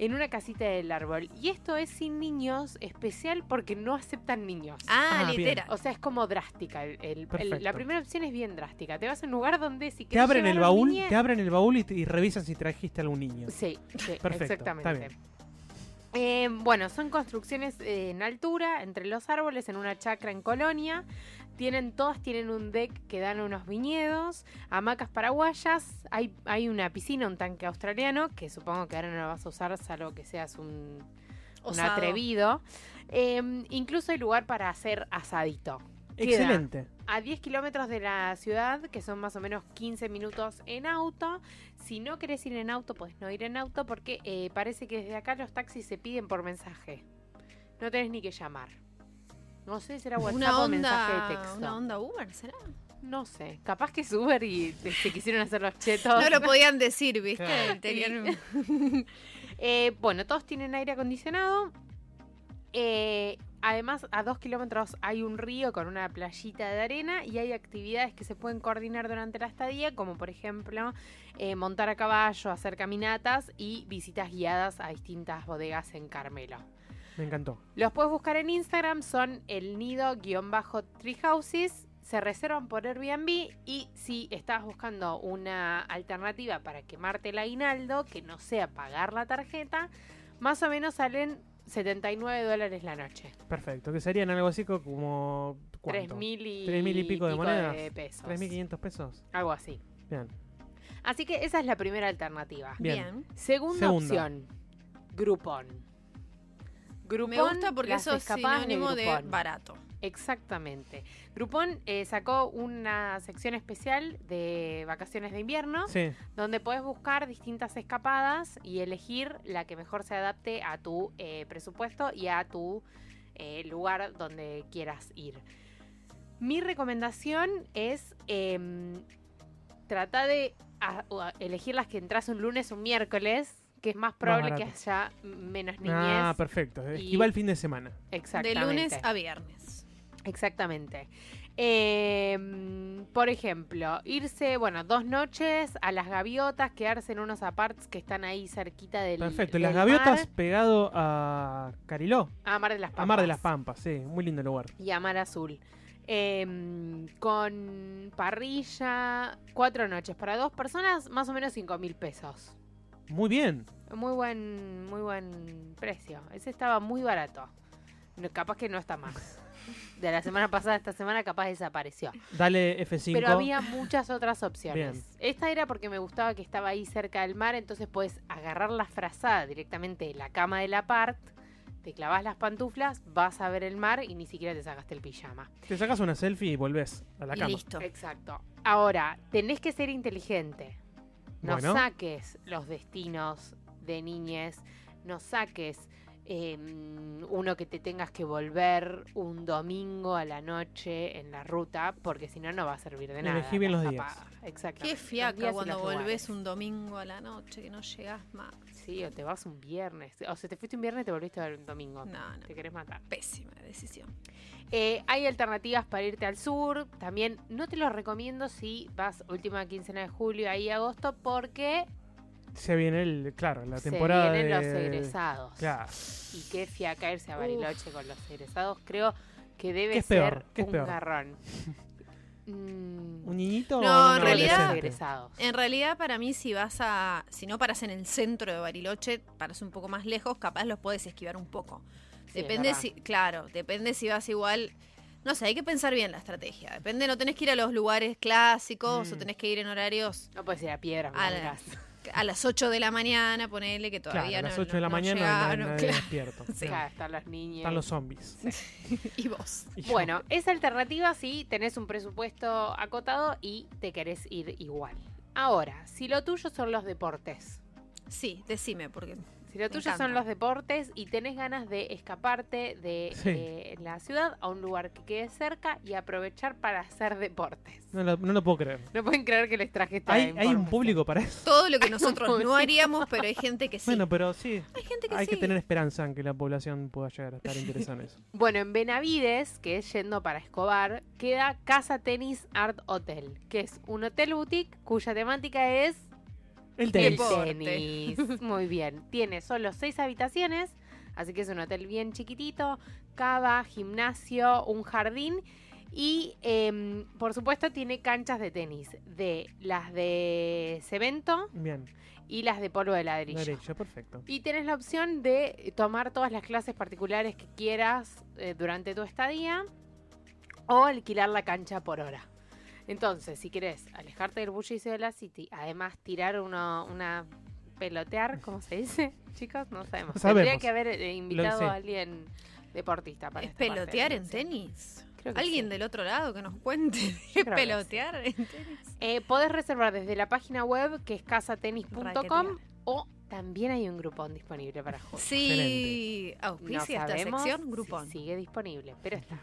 Speaker 3: en una casita del árbol. Y esto es sin niños, especial porque no aceptan niños.
Speaker 2: Ah,
Speaker 4: Ah, bien.
Speaker 2: literal.
Speaker 3: O sea, es como drástica. el- el- el- la
Speaker 4: Perfecto.
Speaker 3: primera opción es bien drástica. Te vas a un lugar donde
Speaker 4: Te
Speaker 3: si querés
Speaker 4: abren
Speaker 3: llevar
Speaker 4: el
Speaker 3: a un
Speaker 4: baúl,
Speaker 3: niño-
Speaker 4: te abren el baúl y, te- y revisan si trajiste algún niño.
Speaker 3: Sí, sí,
Speaker 4: Perfecto,
Speaker 3: exactamente.
Speaker 4: está bien.
Speaker 3: Eh, bueno, son construcciones eh, en altura, entre los árboles, en una chacra en Colonia. Tienen, todas tienen un deck que dan a unos viñedos, hamacas paraguayas, hay, hay una piscina, un tanque australiano, que supongo que ahora no lo vas a usar, salvo que seas un, un
Speaker 2: Osado.
Speaker 3: atrevido. Eh, incluso hay lugar para hacer asadito queda.
Speaker 4: Excelente.
Speaker 3: a 10 kilómetros de la ciudad, que son más o menos 15 minutos en auto. Si no querés ir en auto, podés no ir en auto porque eh, parece que desde acá los taxis se piden por mensaje. No tenés ni que llamar. No sé, será WhatsApp
Speaker 2: Una
Speaker 3: o mensaje de
Speaker 2: onda,
Speaker 3: texto.
Speaker 2: una onda Uber, ¿será?
Speaker 3: No sé, capaz que es Uber y te- se quisieron hacer los chetos.
Speaker 2: No lo podían decir, ¿viste?
Speaker 4: Claro.
Speaker 2: Tenían-
Speaker 3: Eh, bueno, todos tienen aire acondicionado. Eh, además, a dos kilómetros hay un río con una playita de arena y hay actividades que se pueden coordinar durante la estadía, como por ejemplo eh, montar a caballo, hacer caminatas y visitas guiadas a distintas bodegas en Carmelo.
Speaker 4: Me encantó.
Speaker 3: Los puedes buscar en Instagram, son el nido-treehouses. Se reservan por Airbnb y si estás buscando una alternativa para quemarte el aguinaldo, que no sea pagar la tarjeta, más o menos salen 79 dólares la noche.
Speaker 4: Perfecto. Que serían algo así co- como. ¿Cuánto?
Speaker 3: 3.000 y,
Speaker 4: ¿Tres mil y pico de monedas?
Speaker 3: pesos.
Speaker 4: 3.500 pesos.
Speaker 3: Algo así.
Speaker 4: Bien.
Speaker 3: Así que esa es la primera alternativa.
Speaker 4: Bien.
Speaker 2: Bien.
Speaker 3: Segunda,
Speaker 4: Segunda.
Speaker 3: opción, Groupon. Groupon
Speaker 2: Me gusta porque
Speaker 3: las
Speaker 2: eso es
Speaker 3: escapadas de
Speaker 2: sinónimo de
Speaker 3: Groupon.
Speaker 2: barato.
Speaker 3: Exactamente. Groupon eh, sacó una sección especial de vacaciones de invierno
Speaker 4: Sí.
Speaker 3: donde puedes buscar distintas escapadas y elegir la que mejor se adapte a tu eh, presupuesto y a tu eh, lugar donde quieras ir. Mi recomendación es em, trata de a- o a- elegir las que entras un lunes o un miércoles, que es más probable que
Speaker 4: barato.
Speaker 3: haya menos niñez.
Speaker 4: Ah, perfecto. Esquiva el fin de semana.
Speaker 2: De
Speaker 3: Exactamente.
Speaker 2: lunes a viernes.
Speaker 3: Exactamente. Eh, por ejemplo, irse, bueno, dos noches a las gaviotas, quedarse en unos aparts que están ahí cerquita del.
Speaker 4: Perfecto. Y las
Speaker 3: del
Speaker 4: gaviotas
Speaker 3: mar,
Speaker 4: pegado a Cariló.
Speaker 3: a Mar de las Pampas.
Speaker 4: A Mar de las Pampas, sí. Muy lindo lugar.
Speaker 3: Y a Mar Azul. Eh, con parrilla, cuatro noches. Para dos personas, más o menos cinco mil pesos.
Speaker 4: Muy bien.
Speaker 3: Muy buen, muy buen precio. Ese estaba muy barato. No, capaz que no está más. De la semana pasada a esta semana, capaz desapareció.
Speaker 4: Dale F5.
Speaker 3: Pero había muchas otras opciones.
Speaker 4: Bien.
Speaker 3: Esta era porque me gustaba que estaba ahí cerca del mar, entonces puedes agarrar la frazada directamente de la cama de la part, te clavas las pantuflas, vas a ver el mar y ni siquiera te sacaste el pijama.
Speaker 4: Te sacas una selfie y volvés a la
Speaker 2: Y
Speaker 4: cama.
Speaker 2: listo.
Speaker 3: Exacto. Ahora, tenés que ser inteligente. No
Speaker 4: Bueno.
Speaker 3: saques los destinos de niñez, no saques eh, uno que te tengas que volver un domingo a la noche en la ruta, porque si no, no va a servir de nada.
Speaker 4: Elegí bien
Speaker 3: la
Speaker 4: los días.
Speaker 3: escapada. Exacto.
Speaker 2: Qué
Speaker 3: Los días
Speaker 2: fiaca
Speaker 3: y
Speaker 2: cuando
Speaker 3: los
Speaker 2: volvés
Speaker 3: lugares.
Speaker 2: un domingo a la noche, que no llegás más.
Speaker 3: Sí, o te vas un viernes. O sea, te fuiste un viernes y te volviste un domingo.
Speaker 2: No, no.
Speaker 3: Te querés matar.
Speaker 2: Pésima decisión.
Speaker 3: Eh, hay alternativas para irte al sur. También no te lo recomiendo si vas última quincena de julio, ahí agosto, porque
Speaker 4: Se viene el, claro, la
Speaker 3: se
Speaker 4: temporada
Speaker 3: vienen los
Speaker 4: de...
Speaker 3: egresados.
Speaker 4: Claro.
Speaker 3: Y qué fiaca irse a Bariloche con los egresados. Creo que debe
Speaker 4: ¿Qué es
Speaker 3: ser
Speaker 4: peor? ¿Qué es
Speaker 3: un
Speaker 4: peor?
Speaker 3: garrón. Mm,
Speaker 4: ¿Un niñito
Speaker 2: No,
Speaker 4: o un
Speaker 2: en
Speaker 3: no,
Speaker 2: realidad- eh,
Speaker 3: los
Speaker 4: adolescente?
Speaker 3: egresados.
Speaker 2: En realidad, para mí, si vas a. Si no paras en el centro de Bariloche, paras un poco más lejos, capaz los puedes esquivar un poco.
Speaker 3: Sí, es
Speaker 2: Depende
Speaker 3: verdad.
Speaker 2: si. Claro, depende si vas igual. No sé, hay que pensar bien la estrategia. Depende, no tenés que ir a los lugares clásicos o
Speaker 4: Mm.
Speaker 2: tenés que ir en horarios
Speaker 3: No puedes ir a piedras
Speaker 2: A la-
Speaker 3: blancas.
Speaker 2: a las 8 de la mañana, ponele que
Speaker 4: Claro,
Speaker 2: todavía
Speaker 4: a
Speaker 2: no.
Speaker 4: las 8
Speaker 2: no-
Speaker 4: de la
Speaker 2: no
Speaker 4: mañana
Speaker 2: llegaron,
Speaker 4: nadie
Speaker 2: claro.
Speaker 4: despierto.
Speaker 2: Sí.
Speaker 4: Claro.
Speaker 3: Claro, están los niños.
Speaker 4: Están los zombies.
Speaker 2: Y vos.
Speaker 4: Y yo-
Speaker 3: Bueno, esa alternativa si tenés un presupuesto acotado y te querés ir igual. Ahora, si lo tuyo son los deportes,
Speaker 2: Sí, decime, porque.
Speaker 3: si lo
Speaker 2: Me
Speaker 3: tuyo son
Speaker 2: encanta.
Speaker 3: los deportes y tenés ganas de escaparte de
Speaker 4: Sí.
Speaker 3: eh, la ciudad a un lugar que quede cerca y aprovechar para hacer deportes.
Speaker 4: No lo, no lo puedo creer.
Speaker 3: No pueden creer que les traje esta
Speaker 4: ¿Hay, hay un
Speaker 3: información.
Speaker 4: público para eso?
Speaker 2: Todo lo que
Speaker 3: pobre.
Speaker 2: nosotros no haríamos, pero hay gente que sí.
Speaker 4: Bueno, pero sí.
Speaker 2: hay gente que
Speaker 4: hay
Speaker 2: sí.
Speaker 4: que tener esperanza en que la población pueda llegar a estar interesada en eso.
Speaker 3: Bueno, en Benavides, que es yendo para Escobar, queda Casa Tenis Art Hotel, que es un hotel boutique cuya temática es
Speaker 4: El
Speaker 3: El
Speaker 4: tenis.
Speaker 2: Deporte.
Speaker 3: tenis. Muy bien. Tiene solo seis habitaciones, así que es un hotel bien chiquitito, cava, gimnasio, un jardín y em, por supuesto tiene canchas de tenis, de las de cemento
Speaker 4: Bien.
Speaker 3: y las de polvo de ladrillo.
Speaker 4: Derecho, perfecto.
Speaker 3: Y tenés la opción de tomar todas las clases particulares que quieras eh, durante tu estadía o alquilar la cancha por hora. Entonces, si querés alejarte del bullicio de la City, además tirar uno- una pelotear, ¿cómo se dice? Chicos, no sabemos.
Speaker 4: No
Speaker 3: Tendría
Speaker 4: sabemos.
Speaker 3: que haber eh, invitado
Speaker 4: sí.
Speaker 3: a alguien deportista para
Speaker 2: ¿Es
Speaker 3: esta parte de la
Speaker 2: pelotear en
Speaker 3: conversación.
Speaker 2: tenis?
Speaker 3: Creo que
Speaker 2: Alguien
Speaker 3: sí.
Speaker 2: del otro lado que nos cuente.
Speaker 3: Yo creo
Speaker 2: ¿Es
Speaker 3: que
Speaker 2: pelotear en tenis?
Speaker 3: Eh, podés reservar desde la página web que es casatenis.com
Speaker 2: Raquetear.
Speaker 3: o también hay un grupón disponible para jugar.
Speaker 2: Sí,
Speaker 3: No
Speaker 2: auspicia esta
Speaker 3: sabemos
Speaker 2: sección,
Speaker 3: si
Speaker 2: grupón.
Speaker 3: sigue disponible, pero está.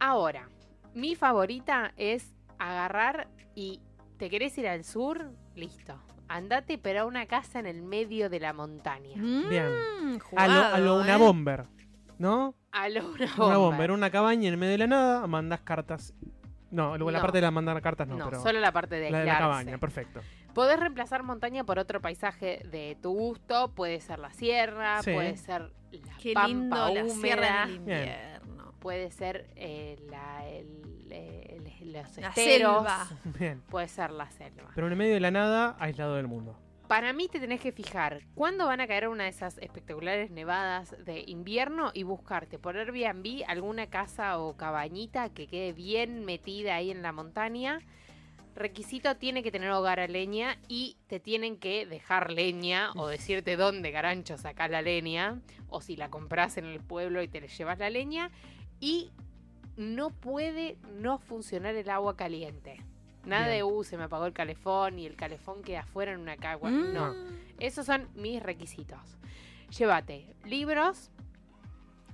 Speaker 3: Ahora, mi favorita es agarrar y te querés ir al sur, listo. Andate, pero a una casa en el medio de la montaña.
Speaker 4: Bien.
Speaker 2: Mm,
Speaker 4: A lo, a lo
Speaker 2: jugado,
Speaker 4: una
Speaker 2: ¿eh?
Speaker 4: bomber, ¿no?
Speaker 3: A lo una
Speaker 4: Una
Speaker 3: bomba.
Speaker 4: bomber, una cabaña en el medio de la nada, mandás cartas. No, luego la
Speaker 3: No.
Speaker 4: parte de la mandar cartas no,
Speaker 3: no,
Speaker 4: pero
Speaker 3: solo la parte de
Speaker 4: la de la
Speaker 3: aislarse.
Speaker 4: cabaña, perfecto.
Speaker 3: Podés reemplazar montaña por otro paisaje de tu gusto, puede ser la sierra,
Speaker 4: Sí.
Speaker 3: puede ser la
Speaker 2: Qué
Speaker 3: pampa
Speaker 2: lindo la
Speaker 3: húmeda,
Speaker 2: sierra en el
Speaker 4: Bien.
Speaker 2: invierno.
Speaker 3: puede ser eh, la- el- eh, el- los
Speaker 2: La
Speaker 3: esteros,
Speaker 2: selva.
Speaker 4: Bien.
Speaker 3: puede ser la selva.
Speaker 4: Pero en el medio de la nada, aislado del mundo.
Speaker 3: Para mí te tenés que fijar cuándo van a caer una de esas espectaculares nevadas de invierno y buscarte por Airbnb alguna casa o cabañita que quede bien metida ahí en la montaña. Requisito tiene que tener hogar a leña y te tienen que dejar leña o decirte dónde garancho sacar la leña o si la compras en el pueblo y te le llevas la leña y no puede no funcionar el agua caliente. Nada
Speaker 4: Bien.
Speaker 3: de, uh, se me apagó el calefón y el calefón queda afuera en una cagua.
Speaker 2: Mm.
Speaker 3: No. Esos son mis requisitos. Llévate libros.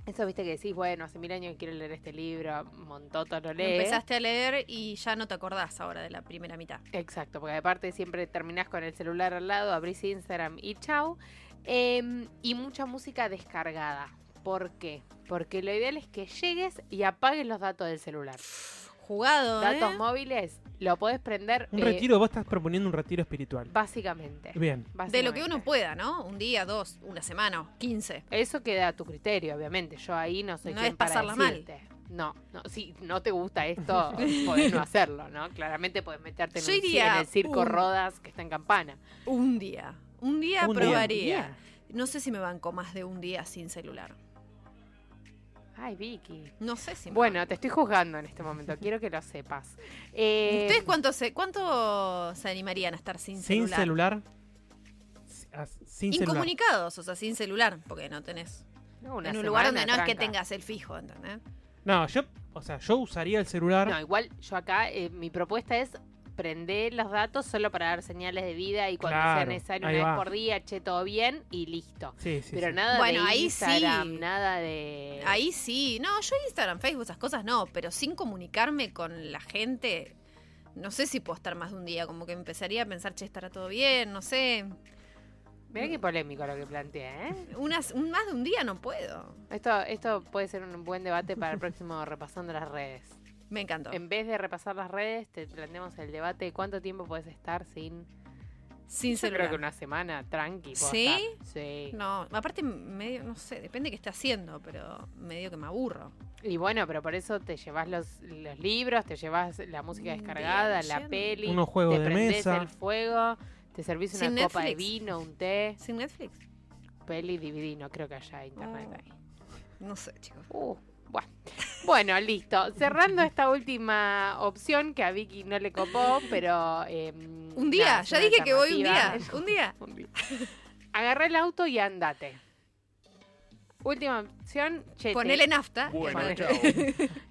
Speaker 3: Eso viste que decís, bueno, hace mil años que quiero leer este libro, Montoto lo
Speaker 2: Lo
Speaker 3: lee.
Speaker 2: Empezaste a leer y ya no te acordás ahora de la primera mitad.
Speaker 3: Exacto, porque aparte siempre terminás con el celular al lado, abrís Instagram y chau. Em, y mucha música descargada. ¿Por qué? Porque lo ideal es que llegues y apagues los datos del celular.
Speaker 2: ¿Eh? Jugado,
Speaker 3: Datos
Speaker 2: ¿eh?
Speaker 3: móviles, lo podés prender.
Speaker 4: Un
Speaker 3: eh,
Speaker 4: retiro, vos estás proponiendo un retiro espiritual.
Speaker 3: Básicamente.
Speaker 4: Bien.
Speaker 2: De lo que uno
Speaker 3: básicamente.
Speaker 2: pueda, ¿no? Un día, dos, una semana, quince.
Speaker 3: Eso queda a tu criterio, obviamente. Yo ahí no soy
Speaker 2: No
Speaker 3: quien
Speaker 2: es
Speaker 3: para
Speaker 2: pasarla mal.
Speaker 3: decirte. No, no, si no te gusta esto, podés no hacerlo, ¿no? Claramente podés meterte en,
Speaker 2: Yo
Speaker 3: un ci-
Speaker 2: iría
Speaker 3: en el circo
Speaker 2: un-
Speaker 3: Rodas que está en Campana.
Speaker 2: Un día. Un día
Speaker 4: Un día.
Speaker 2: probaría. No sé si me banco más de un día sin celular.
Speaker 3: Ay, Vicky.
Speaker 2: No sé si me
Speaker 3: Bueno, te estoy juzgando en este momento, quiero que lo sepas. Eh,
Speaker 2: ¿Ustedes cuánto se, cuánto se animarían a estar sin
Speaker 4: Sin
Speaker 2: celular?
Speaker 4: celular. Si- ah, Sin celular.
Speaker 2: Incomunicados, o sea, sin celular, porque no tenés.
Speaker 3: una
Speaker 2: en un lugar
Speaker 3: semana,
Speaker 2: donde no es que
Speaker 3: tranca.
Speaker 2: tengas el fijo, ¿entendés?
Speaker 4: No, yo, o sea, yo usaría el celular.
Speaker 3: No, igual yo acá, eh, mi propuesta es prender los datos solo para dar señales de vida y cuando sea
Speaker 4: Claro,
Speaker 3: necesario
Speaker 4: ahí
Speaker 3: una
Speaker 4: va.
Speaker 3: vez por día, che, todo bien y listo.
Speaker 4: sí, sí.
Speaker 3: Pero
Speaker 4: sí.
Speaker 3: nada
Speaker 2: Bueno,
Speaker 3: de
Speaker 2: ahí
Speaker 3: Instagram,
Speaker 2: sí.
Speaker 3: nada de...
Speaker 2: Ahí sí. No, yo Instagram, Facebook, esas cosas no, pero sin comunicarme con la gente, no sé si puedo estar más de un día. Como que empezaría a pensar, che, estará todo bien, no sé.
Speaker 3: Mirá qué polémico lo que planteé, ¿eh?
Speaker 2: Unas, un- más de un día no puedo.
Speaker 3: Esto, esto puede ser un buen debate para el próximo Repasando las Redes.
Speaker 2: Me encantó.
Speaker 3: En vez de repasar las redes, te planteamos el debate de cuánto tiempo puedes estar sin...
Speaker 2: Sin
Speaker 3: Yo creo
Speaker 2: celular.
Speaker 3: que una semana, tranqui. puedo
Speaker 2: ¿Sí?
Speaker 3: estar. Sí.
Speaker 2: No, aparte, medio, no sé, depende qué esté haciendo, pero medio que me aburro.
Speaker 3: Y bueno, pero por eso te llevas los, los libros, te llevas la música
Speaker 2: Bien,
Speaker 3: descargada, la
Speaker 2: yendo.
Speaker 3: peli,
Speaker 4: Unos juegos
Speaker 3: te
Speaker 4: de
Speaker 3: prendés
Speaker 4: mesa.
Speaker 3: el fuego, te servís una
Speaker 2: Sin
Speaker 3: copa de
Speaker 2: Netflix.
Speaker 3: vino, un té,
Speaker 2: Sin Netflix.
Speaker 3: peli, DVD, no creo que haya internet
Speaker 2: Ah.
Speaker 3: ahí.
Speaker 2: No sé, chicos.
Speaker 3: Uh, buah. Bueno, listo. Cerrando esta última opción que a Vicky no le copó, pero... eh,
Speaker 2: Un día,
Speaker 3: nada, es
Speaker 2: ya
Speaker 3: una
Speaker 2: dije que voy un día.
Speaker 3: alternativa.
Speaker 2: Un día.
Speaker 3: Un día. Agarrá el auto y andate. Última opción, chete.
Speaker 2: Ponele nafta.
Speaker 3: Bueno,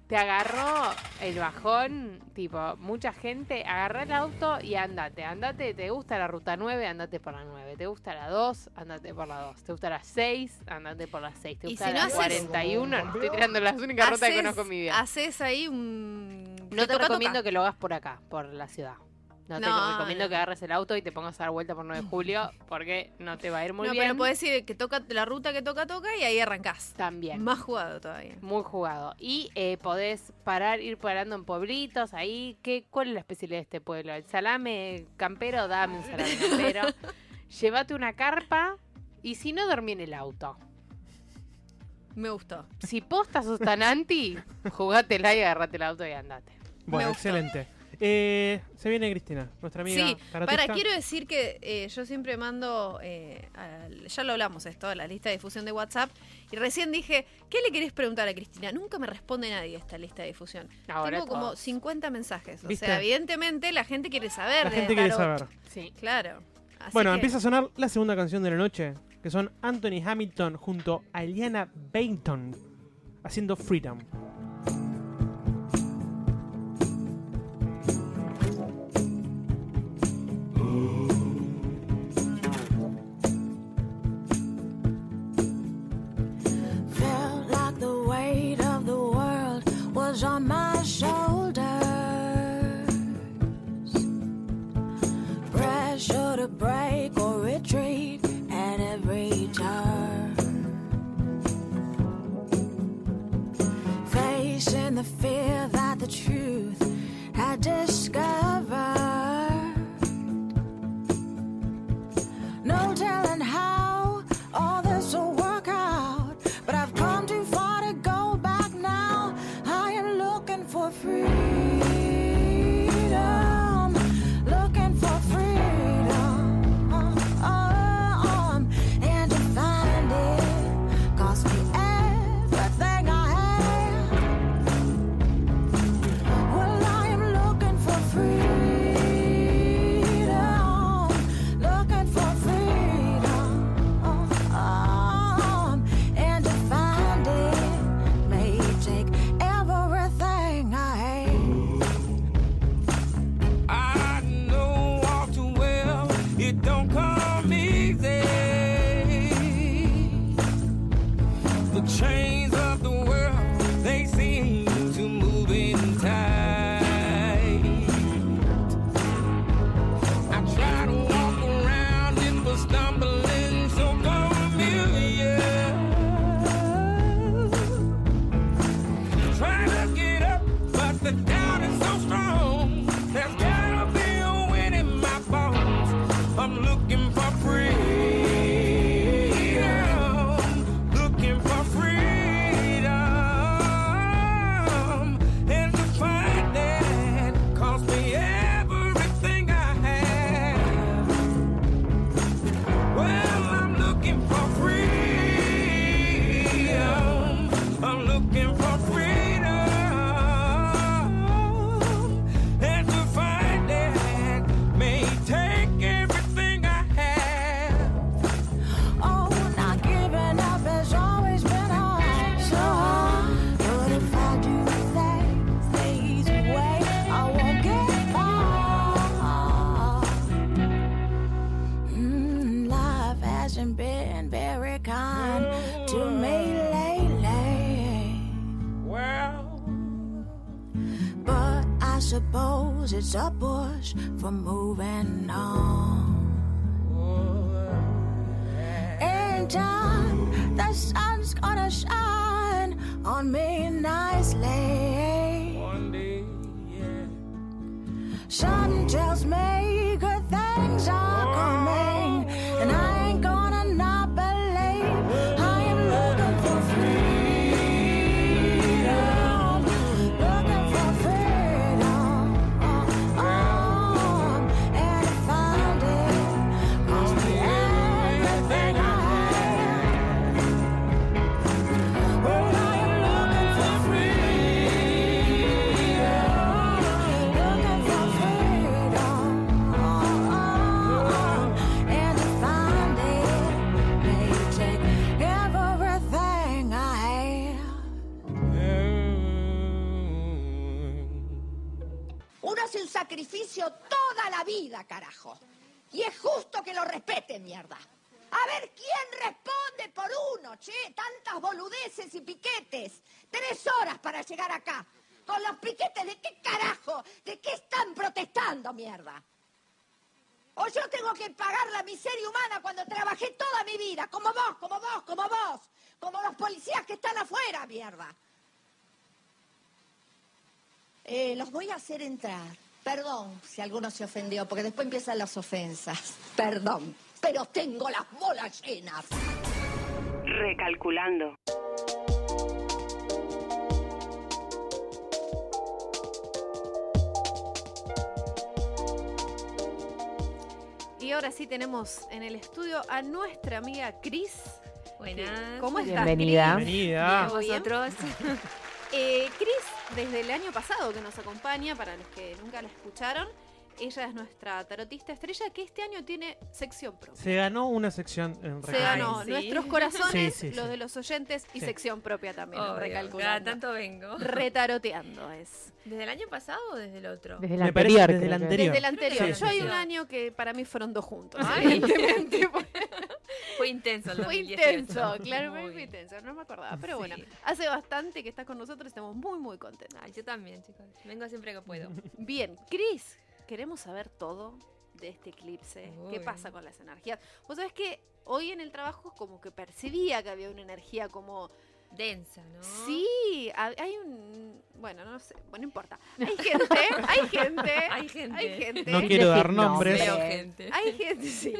Speaker 3: Te agarró el bajón, tipo, mucha gente, agarrá el auto y andate. Andate, te gusta la ruta 9, andate por la 9. Te gusta la 2, andate por la 2. Te gusta la 6, andate por la 6. Te
Speaker 2: Y
Speaker 3: gusta
Speaker 2: si
Speaker 3: la
Speaker 2: no haces-
Speaker 3: 41, no estoy tirando las únicas rutas que conozco en mi vida.
Speaker 2: haces ahí un.
Speaker 3: No te
Speaker 2: toca,
Speaker 3: recomiendo
Speaker 2: toca.
Speaker 3: que lo hagas por acá, por la ciudad. No te
Speaker 2: No,
Speaker 3: recomiendo
Speaker 2: no.
Speaker 3: que agarres el auto y te pongas a dar vuelta por 9 de julio, porque no te va a ir muy
Speaker 2: no,
Speaker 3: bien.
Speaker 2: pero podés decir que toca la ruta que toca, toca y ahí arrancás.
Speaker 3: También.
Speaker 2: Más jugado todavía.
Speaker 3: Muy jugado. Y eh, podés parar, ir parando en pueblitos ahí. ¿Qué, ¿Cuál es la especialidad de este pueblo? ¿El salame campero? Dame un salame campero. Llévate una carpa y si no, dormí en el auto.
Speaker 2: Me gustó.
Speaker 3: Si posta sos tan anti, jugátela y agarrate el auto y andate.
Speaker 4: Bueno,
Speaker 2: Me gustó.
Speaker 4: excelente. Eh, se viene Cristina, nuestra amiga.
Speaker 2: sí,
Speaker 4: karatista.
Speaker 2: para, quiero decir que eh, yo siempre mando, eh, al- ya lo hablamos esto, a la lista de difusión de WhatsApp, y recién dije, ¿qué le querés preguntar a Cristina? Nunca me responde nadie a esta lista de difusión.
Speaker 3: Ahora
Speaker 2: Tengo como
Speaker 3: todos.
Speaker 2: 50 mensajes, o
Speaker 4: ¿Viste?
Speaker 2: sea, evidentemente la gente quiere saber.
Speaker 4: La
Speaker 2: de
Speaker 4: gente quiere
Speaker 2: tarot.
Speaker 4: saber.
Speaker 3: Sí.
Speaker 2: Claro. Así
Speaker 4: bueno,
Speaker 2: que-
Speaker 4: empieza a sonar la segunda canción de la noche, que son Anthony Hamilton junto a Eliana Bainton haciendo Freedom.
Speaker 6: Felt like the weight of the world was on my shoulders.
Speaker 11: to break or retreat at every turn. Facing the fear that the truth had discovered. No telling how all this will work out, but I've come too far to go back now. I am looking for freedom, looking for freedom, uh, and to find it cost me everything I had. Well, I am looking for freedom looking for freedom um, and to find it may take everything I hate.
Speaker 10: I know all too well it don't come easy. The chains of the world they seem to move in tight. I try to walk around it, but stumbling so familiar. Try to get up, but the doubt is so strong. There's gotta be a wind in my bones. I'm looking for freedom. Looking for freedom. And to find that cost me everything I have. Well, I'm looking for freedom. I'm looking for freedom. And to find it may take everything I have.
Speaker 11: Oh, not giving up has always been hard, so hard. But if I do things the easy way, I won't get far. Mm, life hasn't been very kind to me lately.
Speaker 10: Well,
Speaker 11: But I suppose it's a push for moving on. In time, the sun's gonna shine on me nicely.
Speaker 10: one day, yeah.
Speaker 11: Something tells me good things are coming, and I ain't gonna not believe I am looking for freedom, looking for freedom, and to find it cost me everything I had. Well, I am looking for freedom, looking for freedom, and to find it may take everything I have.
Speaker 12: Uno hace un sacrificio toda la vida, carajo. Y es justo que lo respeten, mierda. A ver quién responde por uno, che. Tantas boludeces y piquetes. Tres horas para llegar acá. Con los piquetes, ¿de qué carajo? ¿De qué están protestando, mierda? O yo tengo que pagar la miseria humana cuando trabajé toda mi vida, como vos, como vos, como vos, como los policías que están afuera, mierda. Eh, los voy a hacer entrar. Perdón si alguno se ofendió, porque después empiezan las ofensas. Perdón, pero tengo las bolas llenas.
Speaker 13: Recalculando.
Speaker 2: Y ahora sí tenemos en el estudio a nuestra amiga Cris. Buenas. ¿Cómo estás?
Speaker 3: Bienvenida.
Speaker 2: Cris?
Speaker 4: Bienvenida.
Speaker 2: Bien, bien.
Speaker 14: Vosotros.
Speaker 2: Eh, Cris, desde el año pasado que nos acompaña, para los que nunca la escucharon, ella es nuestra tarotista estrella que este año tiene sección propia.
Speaker 4: Se ganó una sección en
Speaker 2: Se
Speaker 4: Recalculando.
Speaker 2: ganó
Speaker 13: sí.
Speaker 2: nuestros corazones,
Speaker 4: Sí, sí, sí.
Speaker 2: los de los oyentes y
Speaker 4: Sí.
Speaker 2: sección propia también. en
Speaker 13: Obvio, cada
Speaker 2: recalculando.
Speaker 13: tanto vengo.
Speaker 2: Retaroteando es.
Speaker 13: ¿Desde el año pasado o desde el otro?
Speaker 3: Desde el
Speaker 4: Me parece
Speaker 3: anterior.
Speaker 4: desde
Speaker 3: creo
Speaker 4: el
Speaker 3: que-
Speaker 4: anterior.
Speaker 2: Desde el
Speaker 13: Creo que
Speaker 2: anterior.
Speaker 4: sí,
Speaker 2: Yo hay
Speaker 13: sí.
Speaker 2: un año que para mí fueron dos juntos.
Speaker 13: Ay.
Speaker 2: evidentemente, porque
Speaker 13: Fue intenso el
Speaker 2: Fue
Speaker 13: 2018.
Speaker 2: intenso, claro,
Speaker 13: Muy.
Speaker 2: fue intenso, no me acordaba. Pero
Speaker 13: Sí.
Speaker 2: bueno, hace bastante que estás con nosotros, estamos muy, muy contentos.
Speaker 13: Ay, yo también, chicos. Vengo siempre que puedo.
Speaker 2: Bien, Cris, queremos saber todo de este eclipse? ¿Qué
Speaker 13: Uy.
Speaker 2: pasa con las energías? Vos sabés que hoy en el trabajo como que percibía que había una energía como...
Speaker 13: Densa, ¿no?
Speaker 2: Sí, ha- hay un... Bueno, no sé, bueno, no importa. Hay gente, hay gente,
Speaker 13: Hay gente.
Speaker 2: hay gente.
Speaker 4: No quiero dar nombres.
Speaker 13: Veo gente.
Speaker 2: Hay gente, sí,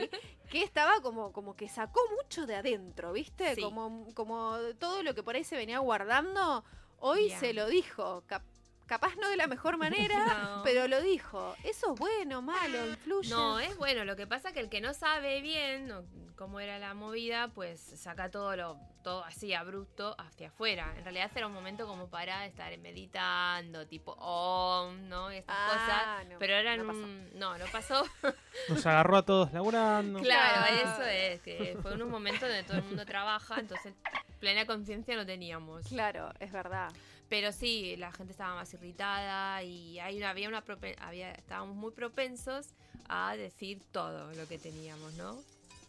Speaker 2: que estaba como, como que sacó mucho de adentro, ¿viste?
Speaker 13: Sí.
Speaker 2: Como, como todo lo que por ahí se venía guardando, hoy
Speaker 13: Bien.
Speaker 2: se lo dijo. Cap- capaz no de la mejor manera,
Speaker 13: No.
Speaker 2: pero lo dijo. Eso es bueno, malo, influye.
Speaker 13: No, es bueno. Lo que pasa que el que no sabe bien o cómo era la movida, pues saca todo lo todo así abrupto hacia afuera. En realidad era un momento como para estar meditando, tipo oh, ¿no? Y Estas
Speaker 2: Ah,
Speaker 13: cosas.
Speaker 2: no,
Speaker 13: Pero era
Speaker 2: no
Speaker 13: en
Speaker 2: pasó.
Speaker 13: un- No, no pasó.
Speaker 4: Nos agarró a todos laburando.
Speaker 13: Claro, eso es. Que fue en un momento donde todo el mundo trabaja, entonces plena conciencia no teníamos.
Speaker 2: Claro, es verdad.
Speaker 13: Pero sí, la gente estaba más irritada y hay, una- había una propen- había, estábamos muy propensos a decir todo lo que teníamos, ¿no?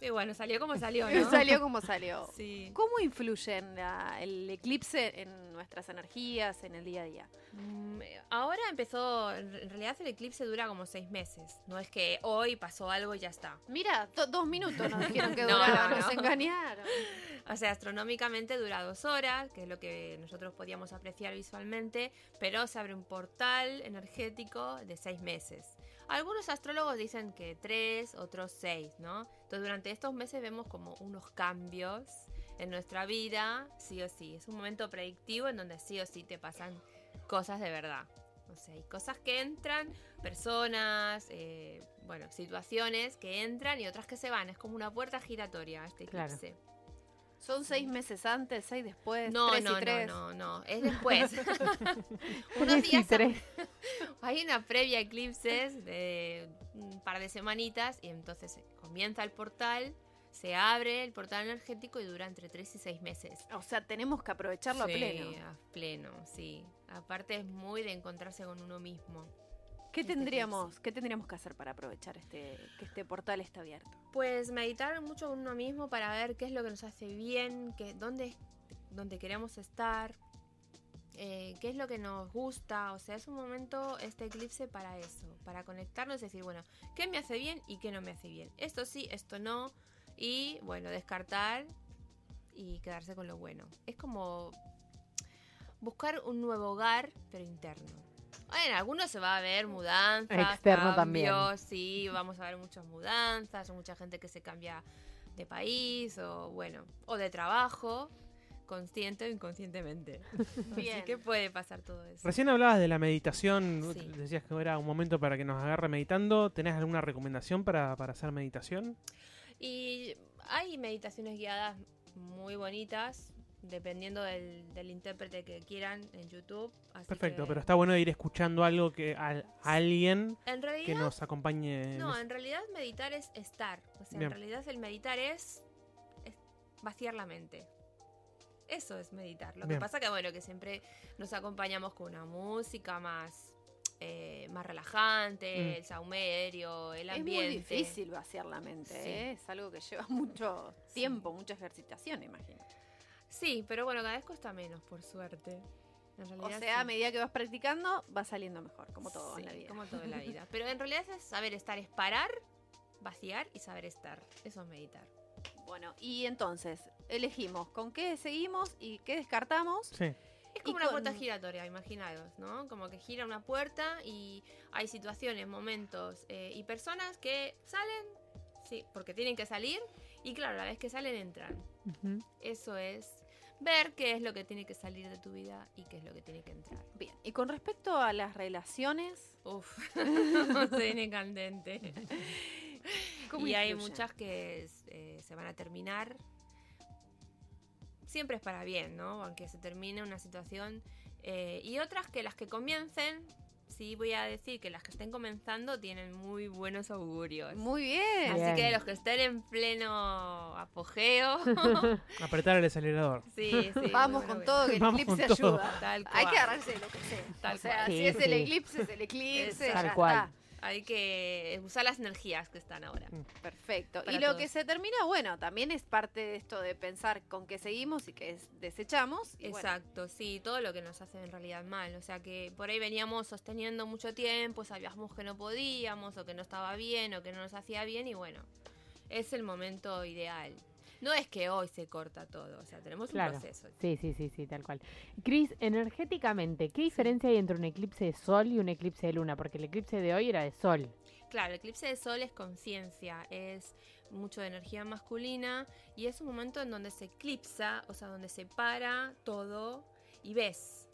Speaker 13: Y bueno, salió como salió, ¿no?
Speaker 2: Salió como salió.
Speaker 13: Sí.
Speaker 2: ¿Cómo influyen la- el eclipse en nuestras energías, en el día a día?
Speaker 13: Mm, Ahora empezó, en en realidad el eclipse dura como seis meses. No es que hoy pasó algo y ya está.
Speaker 2: Mira, do- dos minutos nos dijeron que
Speaker 13: No,
Speaker 2: duraba,
Speaker 13: no,
Speaker 2: nos
Speaker 13: no.
Speaker 2: engañaron.
Speaker 13: O sea, astronómicamente dura dos horas, que es lo que nosotros podíamos apreciar visualmente, pero se abre un portal energético de seis meses. Algunos astrólogos dicen que tres, otros seis, ¿no? Entonces durante estos meses vemos como unos cambios en nuestra vida, sí o sí. Es un momento predictivo en donde sí o sí te pasan cosas de verdad. O sea, hay cosas que entran, personas, eh, bueno, situaciones que entran y otras que se van. Es como una puerta giratoria este
Speaker 3: Claro.
Speaker 13: eclipse.
Speaker 2: ¿Son seis meses antes, seis después,
Speaker 13: No,
Speaker 2: tres
Speaker 13: no,
Speaker 2: y tres?
Speaker 13: no, no, no, es después. Unos
Speaker 3: Tres y
Speaker 13: días
Speaker 3: tres.
Speaker 13: hay una previa a eclipses de un par de semanitas y entonces comienza el portal, se abre el portal energético y dura entre tres y seis meses.
Speaker 2: O sea, tenemos que aprovecharlo
Speaker 13: Sí,
Speaker 2: a pleno.
Speaker 13: a pleno, sí. Aparte es muy de encontrarse con uno mismo.
Speaker 2: ¿Qué
Speaker 13: Este
Speaker 2: tendríamos, ¿Qué tendríamos que hacer para aprovechar este, que este portal está abierto?
Speaker 13: Pues meditar mucho con uno mismo para ver qué es lo que nos hace bien, qué, dónde, dónde queremos estar, eh, qué es lo que nos gusta. O sea, es un momento este eclipse para eso, para conectarnos y decir, bueno, qué me hace bien y qué no me hace bien. Esto sí, esto no. Y bueno, descartar y quedarse con lo bueno. Es como buscar un nuevo hogar, pero interno. En algunos se va a ver mudanzas,
Speaker 3: Externo
Speaker 13: cambios,
Speaker 3: también.
Speaker 13: sí, vamos a ver muchas mudanzas, o mucha gente que se cambia de país, o bueno, o de trabajo, consciente o inconscientemente.
Speaker 2: Bien.
Speaker 13: Así que puede pasar todo eso.
Speaker 4: Recién hablabas de la meditación,
Speaker 13: Sí.
Speaker 4: decías que era un momento para que nos agarre meditando. ¿Tenés alguna recomendación para, para hacer meditación?
Speaker 13: Y hay meditaciones guiadas muy bonitas, dependiendo del, del intérprete que quieran en YouTube. así
Speaker 4: Perfecto,
Speaker 13: que-
Speaker 4: pero está bueno ir escuchando algo que al- a alguien
Speaker 13: En realidad,
Speaker 4: que nos acompañe. en
Speaker 13: no,
Speaker 4: eso.
Speaker 13: en realidad meditar es estar. O sea,
Speaker 4: Bien.
Speaker 13: en realidad el meditar es, es vaciar la mente. Eso es meditar. Lo
Speaker 4: Bien.
Speaker 13: que pasa que, bueno, que siempre nos acompañamos con una música más, eh, más relajante,
Speaker 2: Mm.
Speaker 13: el saumerio, el
Speaker 2: Es muy
Speaker 13: ambiente.
Speaker 2: difícil vaciar la mente,
Speaker 13: Sí.
Speaker 2: ¿eh? es algo que lleva mucho tiempo, mucha ejercitación, imagino.
Speaker 13: Sí, pero bueno, cada vez cuesta menos, por suerte. En
Speaker 2: O
Speaker 13: realidad,
Speaker 2: sea, a
Speaker 13: sí.
Speaker 2: medida que vas practicando, va saliendo mejor, como todo en
Speaker 13: Sí,
Speaker 2: la vida.
Speaker 13: Como todo en la vida. Pero en realidad es saber estar, es parar, vaciar y saber estar. Eso es meditar.
Speaker 2: Bueno, y entonces, elegimos con qué seguimos y qué descartamos.
Speaker 4: Sí.
Speaker 13: Es como
Speaker 2: Y
Speaker 13: una puerta
Speaker 2: con-
Speaker 13: giratoria, imaginaros, ¿no? Como que gira una puerta y hay situaciones, momentos eh, y personas que salen, sí, porque tienen que salir y claro, a la vez que salen entran. Eso es ver qué es lo que tiene que salir de tu vida y qué es lo que tiene que entrar.
Speaker 2: Bien, y con respecto a las relaciones,
Speaker 13: Uf, se viene candente.
Speaker 2: ¿Cómo
Speaker 13: y hay
Speaker 2: influye?
Speaker 13: muchas que eh, se van a terminar. Siempre es para bien, ¿no? Aunque se termine una situación. eh, y otras que las que comiencen, sí voy a decir que las que estén comenzando tienen muy buenos augurios.
Speaker 2: muy bien.
Speaker 13: Así que
Speaker 3: Bien.
Speaker 13: los que estén en pleno apogeo,
Speaker 4: Apretar el acelerador.
Speaker 13: sí, sí. muy
Speaker 2: Vamos
Speaker 13: bueno, bueno.
Speaker 2: con todo, que el
Speaker 4: Vamos
Speaker 2: eclipse
Speaker 4: con todo.
Speaker 2: ayuda.
Speaker 13: Tal
Speaker 2: Hay
Speaker 13: cual.
Speaker 2: que agarrarse de lo que sea.
Speaker 13: Tal
Speaker 2: o sea,
Speaker 13: cual.
Speaker 2: si
Speaker 3: Sí,
Speaker 2: es el
Speaker 3: sí.
Speaker 2: eclipse, es el eclipse.
Speaker 13: Tal
Speaker 2: ya
Speaker 3: cual.
Speaker 2: está.
Speaker 13: Hay que usar las energías que están ahora.
Speaker 2: Perfecto.
Speaker 13: Para
Speaker 2: y lo
Speaker 13: todos.
Speaker 2: que se termina, bueno, también es parte de esto de pensar con qué seguimos y qué es- desechamos. y bueno,
Speaker 13: Exacto, sí, todo lo que nos hace en realidad mal. O sea que por ahí veníamos sosteniendo mucho tiempo, sabíamos que no podíamos, o que no estaba bien, o que no nos hacía bien, y bueno, es el momento ideal. No es que hoy se corta todo, o sea, tenemos
Speaker 3: Claro.
Speaker 13: un proceso.
Speaker 3: Sí, sí, sí, sí, tal cual. Cris, energéticamente, ¿qué diferencia hay entre un eclipse de sol y un eclipse de luna? Porque el eclipse de hoy era de sol.
Speaker 13: Claro, el eclipse de sol es conciencia, es mucho de energía masculina y es un momento en donde se eclipsa, o sea, donde se para todo y ves.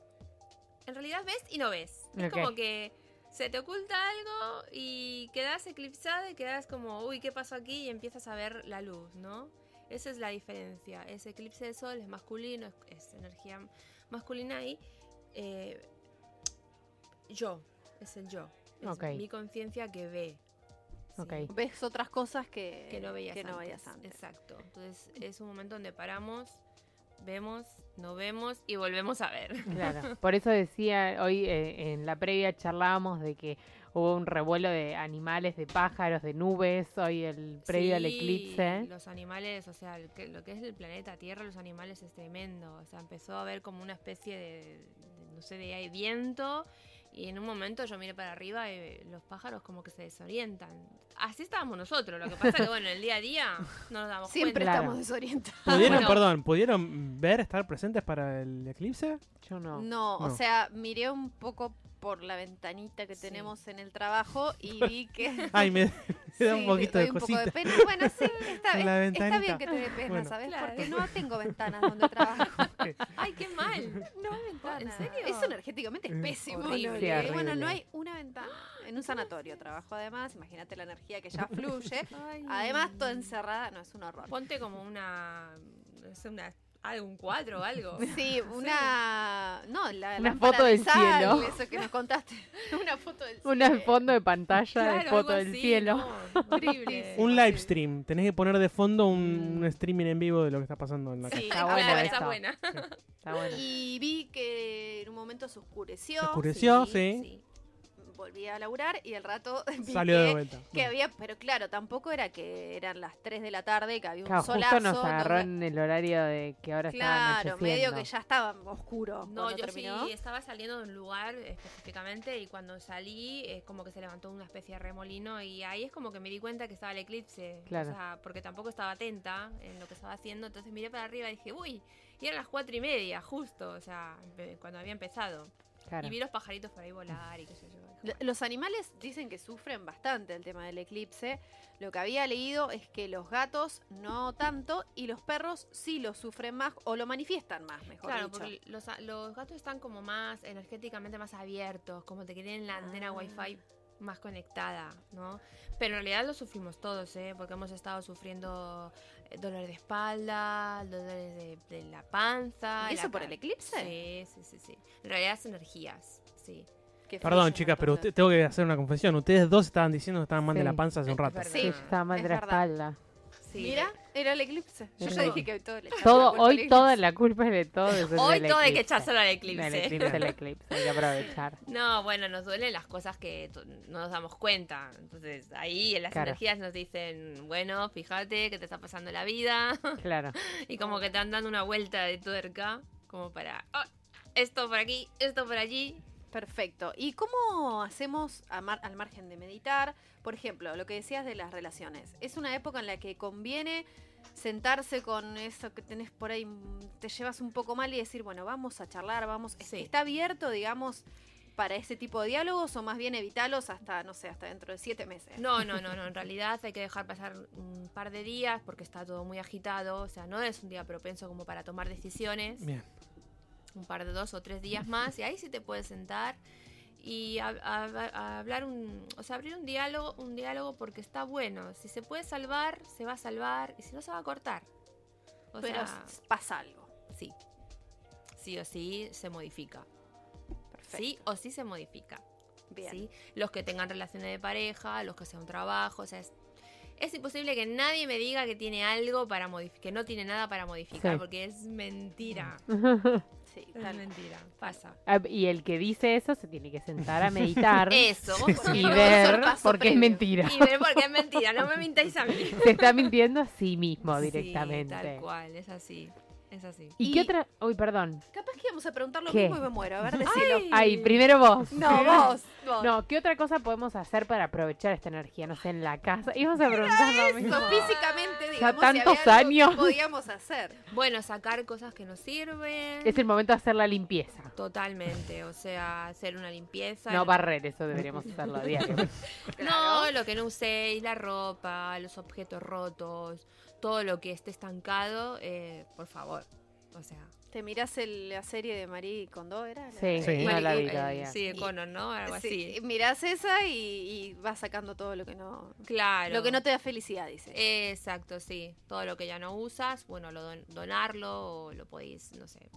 Speaker 13: En realidad ves y no ves. Es
Speaker 3: Ok.
Speaker 13: como que se te oculta algo y quedas eclipsada y quedas como, uy, ¿qué pasó aquí? Y empiezas a ver la luz, ¿no? Esa es la diferencia. Ese eclipse de sol es masculino, es, es energía masculina y eh, yo, es el yo. Es
Speaker 3: Ok.
Speaker 13: mi conciencia que ve.
Speaker 3: Ok.
Speaker 2: Ves otras cosas que,
Speaker 13: Que no veías,
Speaker 2: que no
Speaker 13: antes.
Speaker 2: veías antes.
Speaker 13: Exacto. Entonces es un momento donde paramos, vemos, no vemos y volvemos a ver.
Speaker 3: Claro. Por eso decía, hoy eh, en la previa charlábamos de que hubo un revuelo de animales, de pájaros, de nubes, hoy el previo al
Speaker 13: Sí,
Speaker 3: eclipse.
Speaker 13: Los animales, o sea, el que- lo que es el planeta Tierra, los animales es tremendo. O sea, empezó a haber como una especie de, de- no sé, de ahí viento. Y en un momento yo miré para arriba y eh, los pájaros como que se desorientan. Así estábamos nosotros. Lo que pasa que, bueno, en el día a día no nos damos
Speaker 2: Siempre
Speaker 13: cuenta.
Speaker 2: estamos desorientados.
Speaker 4: ¿Pudieron,
Speaker 13: Bueno.
Speaker 4: perdón, ¿pudieron ver, estar presentes para el eclipse?
Speaker 3: Yo no.
Speaker 2: No, o
Speaker 4: No.
Speaker 2: sea, miré un poco por la ventanita que tenemos en el trabajo y vi que...
Speaker 4: Ay, me, me da un
Speaker 2: Sí,
Speaker 4: poquito
Speaker 2: doy
Speaker 4: de
Speaker 2: un poco
Speaker 4: cosita.
Speaker 2: de pena. Bueno, sí, está,
Speaker 4: La
Speaker 2: bien- está bien
Speaker 4: ventanita.
Speaker 2: que te dé pena,
Speaker 4: Bueno.
Speaker 2: ¿sabes?
Speaker 13: Claro.
Speaker 2: Porque no tengo ventanas donde trabajo.
Speaker 13: Ay, qué mal.
Speaker 2: No hay ventanas.
Speaker 13: ¿En serio?
Speaker 2: Eso energéticamente es pésimo.
Speaker 13: Horrible.
Speaker 2: Lore.
Speaker 13: Sí, horrible.
Speaker 2: Bueno, no hay una ventana. En un sanatorio trabajo además, imagínate la energía que ya fluye.
Speaker 13: Ay.
Speaker 2: Además, toda encerrada, no, es un horror.
Speaker 13: Ponte como una. No sé, una. Algún cuadro o algo.
Speaker 2: Sí, una... No, la, la
Speaker 3: Una
Speaker 2: lámpara
Speaker 3: foto
Speaker 2: de
Speaker 3: del
Speaker 2: sal,
Speaker 3: cielo.
Speaker 2: Eso que nos contaste. Una foto del cielo.
Speaker 3: Una fondo de pantalla de
Speaker 2: Claro,
Speaker 3: foto
Speaker 2: algo
Speaker 3: del
Speaker 2: así,
Speaker 3: cielo.
Speaker 13: Horrible.
Speaker 4: Un live stream. Tenés que poner de fondo un, un streaming en vivo de lo que está pasando en la calle.
Speaker 13: Sí,
Speaker 3: Está
Speaker 13: claro,
Speaker 3: bueno
Speaker 13: está
Speaker 3: eso.
Speaker 13: buena.
Speaker 3: Está bueno.
Speaker 2: Y vi que en un momento se oscureció.
Speaker 4: Se oscureció, sí.
Speaker 2: Volví a laburar y al rato vi
Speaker 4: Salió de
Speaker 2: eh. que-
Speaker 4: vuelta.
Speaker 2: Que había, pero claro, tampoco era que eran las 3 de la tarde, que había un
Speaker 3: Claro,
Speaker 2: solazo.
Speaker 3: justo nos agarró
Speaker 2: no-
Speaker 3: en el horario de que ahora está
Speaker 2: claro, medio
Speaker 3: anocheciendo.
Speaker 2: que ya estaba oscuro.
Speaker 13: No,
Speaker 2: cuando
Speaker 13: yo
Speaker 2: terminó.
Speaker 13: sí estaba saliendo de un lugar específicamente y cuando salí es como que se levantó una especie de remolino y ahí es como que me di cuenta que estaba el eclipse.
Speaker 3: Claro.
Speaker 13: O sea, porque tampoco estaba atenta en lo que estaba haciendo. Entonces miré para arriba y dije, uy, y eran las cuatro y media, justo, o sea, empe- cuando había empezado.
Speaker 3: Claro.
Speaker 13: Y vi los pajaritos por ahí volar y qué sé yo. Dije,
Speaker 2: L- Los animales dicen que sufren bastante el tema del eclipse. Lo que había leído es que los gatos no tanto y los perros sí lo sufren más o lo manifiestan más, mejor
Speaker 13: Claro,
Speaker 2: dicho.
Speaker 13: porque los, los gatos están como más energéticamente más abiertos, como te quieren la
Speaker 2: Ah.
Speaker 13: antena wifi más conectada, ¿no? Pero en realidad lo sufrimos todos, ¿eh? Porque hemos estado sufriendo eh, dolor de espalda, dolores de, de la panza.
Speaker 2: ¿Y
Speaker 13: la
Speaker 2: eso por
Speaker 13: ca-
Speaker 2: el eclipse?
Speaker 13: Sí, sí, sí, sí. En realidad es energías, sí.
Speaker 2: Que
Speaker 4: Perdón,
Speaker 2: fluyen,
Speaker 4: chicas, pero
Speaker 2: entonces.
Speaker 4: usted- tengo que hacer una confesión. Ustedes dos estaban diciendo que estaban mal de la
Speaker 3: Sí.
Speaker 4: panza hace un rato.
Speaker 3: Sí, yo estaba mal
Speaker 2: es
Speaker 3: de la
Speaker 2: verdad.
Speaker 3: espalda.
Speaker 13: Sí.
Speaker 2: Mira, era el eclipse. Yo
Speaker 3: Es
Speaker 2: ya
Speaker 3: verdad.
Speaker 2: dije que todo le echaba la
Speaker 3: Todo,
Speaker 2: culpa al
Speaker 3: hoy
Speaker 2: eclipse.
Speaker 3: toda la culpa es de todo. es del
Speaker 13: Hoy todo hay que
Speaker 3: eclipse.
Speaker 13: echárselo al eclipse.
Speaker 3: Del eclipse, el eclipse, hay que aprovechar.
Speaker 13: No, bueno, nos duelen las cosas que to- no nos damos cuenta. Entonces, ahí en las
Speaker 3: Claro.
Speaker 13: energías nos dicen, bueno, fíjate que te está pasando la vida.
Speaker 3: Claro.
Speaker 13: y como que te han dando una vuelta de tuerca, como para, "Ah, esto por aquí, esto por allí.
Speaker 2: Perfecto. ¿Y cómo hacemos a mar- al margen de meditar? Por ejemplo, lo que decías de las relaciones. Es una época en la que conviene sentarse con eso que tenés por ahí, mm, te llevas un poco mal y decir, bueno, vamos a charlar, vamos. Es-
Speaker 13: Sí.
Speaker 2: ¿Está abierto, digamos, para ese tipo de diálogos o más bien evitarlos hasta, no sé, hasta dentro de siete meses?
Speaker 13: No, no, no, no. En realidad hay que dejar pasar un par de días porque está todo muy agitado. O sea, no es un día propenso como para tomar decisiones.
Speaker 4: Bien.
Speaker 13: un par de dos o tres días más y ahí sí te puedes sentar y hab- hab- a hablar un, o sea, abrir un diálogo, un diálogo porque está bueno. Si se puede salvar, se va a salvar y si no se va a cortar. O
Speaker 2: Pero
Speaker 13: sea,
Speaker 2: s- pasa algo.
Speaker 13: sí. Sí o sí se modifica.
Speaker 2: Perfecto.
Speaker 13: Sí o sí se modifica.
Speaker 2: Bien.
Speaker 13: ¿sí? Los que tengan relaciones de pareja, los que sea un trabajo, o sea, es, Es imposible que nadie me diga que tiene algo para modificar, que no tiene nada para modificar,
Speaker 3: Sí.
Speaker 13: porque es mentira.
Speaker 2: Mm.
Speaker 13: Sí, es mentira. Pasa.
Speaker 3: Ah, Y el que dice eso se tiene que sentar a meditar
Speaker 2: Eh,
Speaker 13: Eso, vos ponés
Speaker 3: y
Speaker 13: el
Speaker 3: ver
Speaker 13: paso
Speaker 3: porque es
Speaker 13: previo.
Speaker 3: mentira.
Speaker 13: Y ver porque es mentira, no me mintáis a mí.
Speaker 3: Se está mintiendo a sí mismo
Speaker 13: Sí,
Speaker 3: directamente.
Speaker 13: tal cual, es así. Es así.
Speaker 3: ¿Y, qué otra? Uy, perdón.
Speaker 2: Capaz que íbamos a preguntar lo
Speaker 3: ¿Qué?
Speaker 2: mismo y me muero. A ver, decilo.
Speaker 3: Ay, primero vos.
Speaker 2: No, vos, vos.
Speaker 3: No, ¿qué otra cosa podemos hacer para aprovechar esta energía? No sé, en la casa. Íbamos a preguntar lo
Speaker 2: Eso,
Speaker 3: mismo.
Speaker 2: físicamente,
Speaker 3: Ya
Speaker 2: digamos, si había
Speaker 3: tantos
Speaker 2: algo que
Speaker 3: años.
Speaker 2: podíamos hacer.
Speaker 13: Bueno, sacar cosas que no sirven.
Speaker 3: Es el momento de hacer la limpieza.
Speaker 13: Totalmente, o sea, hacer una limpieza.
Speaker 3: No barrer, eso deberíamos hacerlo a diario.
Speaker 13: No, lo que no uséis, la ropa, los objetos rotos, todo lo que esté estancado, eh, por favor. O sea,
Speaker 2: ¿Te mirás el- la serie de Marie Kondo, era?
Speaker 3: Sí, Sí. no la vi todavía.
Speaker 13: eh, sí, de Conan, ¿no? Algo
Speaker 2: Sí,
Speaker 13: así.
Speaker 2: mirás esa y, y vas sacando todo lo que no...
Speaker 13: Claro.
Speaker 2: Lo que no te da felicidad, dice.
Speaker 13: Exacto, sí. Todo lo que ya no usas, bueno, lo don- donarlo o lo podéis, no sé,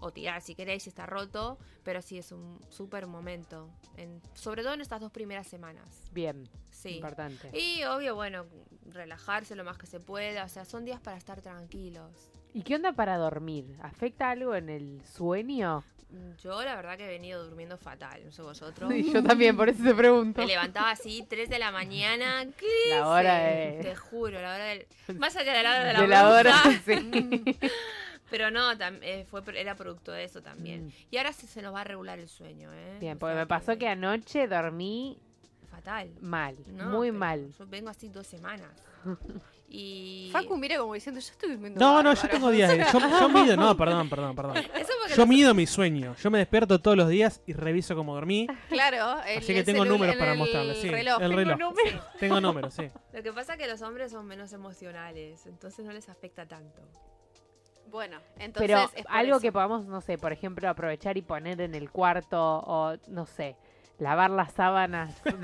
Speaker 13: o tirar si queréis, si está roto, pero sí es un súper momento, en- sobre todo en estas dos primeras semanas.
Speaker 3: Bien.
Speaker 13: Sí.
Speaker 3: Importante.
Speaker 13: Y obvio, bueno, relajarse lo más que se pueda, o sea, son días para estar tranquilos.
Speaker 3: ¿Y qué onda para dormir? ¿Afecta algo en el sueño?
Speaker 13: Yo la verdad que he venido durmiendo fatal, no sé vosotros.
Speaker 3: Sí, yo también, por eso te pregunto.
Speaker 13: Me levantaba así, 3 de la mañana. ¿Qué
Speaker 3: La hora
Speaker 13: sé?
Speaker 3: de-
Speaker 13: Te juro, la hora del. Más allá de la hora de la,
Speaker 3: De la hora,
Speaker 13: bruja.
Speaker 3: sí.
Speaker 13: Pero no, tam- eh, fue, era producto de eso también.
Speaker 3: Mm.
Speaker 13: Y ahora sí se nos va a regular el sueño, ¿eh?
Speaker 3: Bien,
Speaker 13: O
Speaker 3: porque
Speaker 13: sea,
Speaker 3: me pasó que anoche dormí
Speaker 13: Fatal.
Speaker 3: mal,
Speaker 13: No,
Speaker 3: muy
Speaker 13: pero
Speaker 3: mal.
Speaker 13: Yo vengo así dos semanas. Y.
Speaker 2: Facu mira como diciendo, yo estoy durmiendo
Speaker 4: No, no, yo
Speaker 2: bárbaro".
Speaker 4: tengo días. de- Yo, yo mido, no, perdón, perdón, perdón.
Speaker 13: porque
Speaker 4: Yo mido mi sueño. Yo me despierto todos los días y reviso cómo dormí.
Speaker 2: Claro. el-
Speaker 4: Así que
Speaker 2: el
Speaker 4: tengo
Speaker 2: celula-
Speaker 4: números
Speaker 2: el-
Speaker 4: para
Speaker 2: el
Speaker 4: mostrarles. Sí,
Speaker 2: reloj.
Speaker 4: el reloj.
Speaker 2: números.
Speaker 4: Sí, Tengo números, sí.
Speaker 13: Lo que pasa es que los hombres son menos emocionales, entonces no les afecta tanto.
Speaker 2: Bueno, entonces...
Speaker 3: Pero
Speaker 2: es por
Speaker 3: algo
Speaker 2: eso.
Speaker 3: que podamos, no sé, por ejemplo, aprovechar y poner en el cuarto o, no sé, lavar las sábanas los,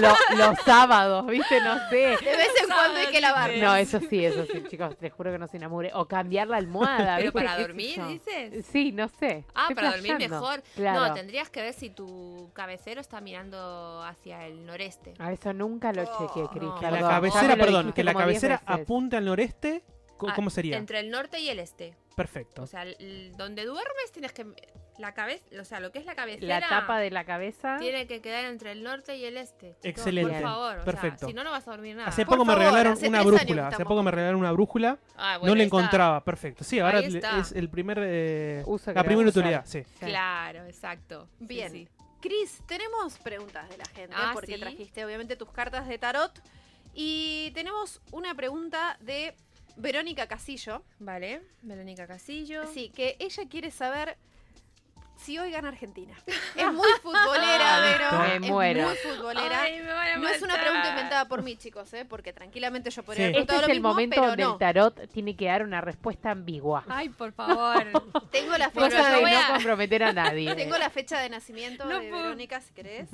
Speaker 3: lo- los sábados, ¿viste? No sé.
Speaker 2: De vez en cuando hay que lavarlas.
Speaker 3: No, eso sí, eso sí, chicos, te juro que no se enamore. O cambiar la almohada. ¿viste?
Speaker 13: Pero para
Speaker 3: ¿Qué sé
Speaker 13: dormir,
Speaker 3: yo?
Speaker 13: dices.
Speaker 3: Sí, no sé.
Speaker 13: Ah,
Speaker 3: Estoy
Speaker 13: para dormir
Speaker 3: flasheando.
Speaker 13: mejor.
Speaker 3: Claro.
Speaker 13: No, tendrías que ver si tu cabecero está mirando hacia el
Speaker 4: Ah,
Speaker 13: noreste.
Speaker 3: A eso nunca lo chequeé, Cris.
Speaker 13: Oh, no.
Speaker 4: Que la
Speaker 3: perdón. Ya
Speaker 4: cabecera,
Speaker 3: me lo
Speaker 4: perdón,
Speaker 3: dijiste
Speaker 4: que la
Speaker 3: como diez
Speaker 4: cabecera
Speaker 3: veces.
Speaker 4: apunte al noreste. co-
Speaker 13: Ah,
Speaker 4: ¿Cómo sería?
Speaker 13: Entre el norte y el este.
Speaker 4: Perfecto.
Speaker 13: O sea, el- el- donde duermes tienes que la cabeza, o sea, lo que es la cabecera.
Speaker 3: La tapa de la cabeza.
Speaker 13: Tiene que quedar entre el norte y el este. chicos,
Speaker 4: Excelente.
Speaker 13: Por favor, o
Speaker 4: Perfecto.
Speaker 13: sea, si no no vas a dormir nada.
Speaker 4: Hace poco me regalaron una brújula. Hace poco me regalaron una brújula.
Speaker 13: Ah, bueno,
Speaker 4: no la
Speaker 13: ahí está.
Speaker 4: encontraba. Perfecto. Sí, ahora
Speaker 13: Ahí
Speaker 4: le-
Speaker 13: está.
Speaker 4: es el primer. eh,
Speaker 3: Uso que
Speaker 4: la
Speaker 3: le
Speaker 4: primera
Speaker 3: vamos a
Speaker 4: utilidad,
Speaker 3: usar.
Speaker 4: sí.
Speaker 13: Claro, exacto. Sí,
Speaker 2: Bien.
Speaker 13: sí.
Speaker 2: Cris, tenemos preguntas de la gente,
Speaker 13: Ah,
Speaker 2: porque
Speaker 13: ¿sí?
Speaker 2: trajiste obviamente tus cartas de tarot. Y tenemos una pregunta de Verónica Casillo.
Speaker 13: Vale, Verónica Casillo.
Speaker 2: Sí, que ella quiere saber si hoy gana Argentina. Es muy
Speaker 13: Ah,
Speaker 2: futbolera, Vero.
Speaker 3: Me
Speaker 2: es
Speaker 3: muero.
Speaker 2: muy futbolera.
Speaker 13: Ay, me van a
Speaker 2: no es una
Speaker 13: matar.
Speaker 2: pregunta inventada por mí, chicos, ¿eh? porque tranquilamente yo podría
Speaker 4: Sí.
Speaker 2: haber
Speaker 3: Este
Speaker 2: preguntado
Speaker 3: es
Speaker 2: lo
Speaker 3: el
Speaker 2: mismo,
Speaker 3: momento
Speaker 2: pero
Speaker 3: donde
Speaker 2: no. Ah,
Speaker 3: el tarot tiene que dar una respuesta ambigua.
Speaker 13: Ay, por favor.
Speaker 2: Tengo la
Speaker 3: Cosa
Speaker 2: fecha
Speaker 3: de
Speaker 2: de
Speaker 3: no comprometer a nadie.
Speaker 2: Tengo la fecha de nacimiento
Speaker 13: No
Speaker 2: de
Speaker 13: puedo.
Speaker 2: Verónica, si querés.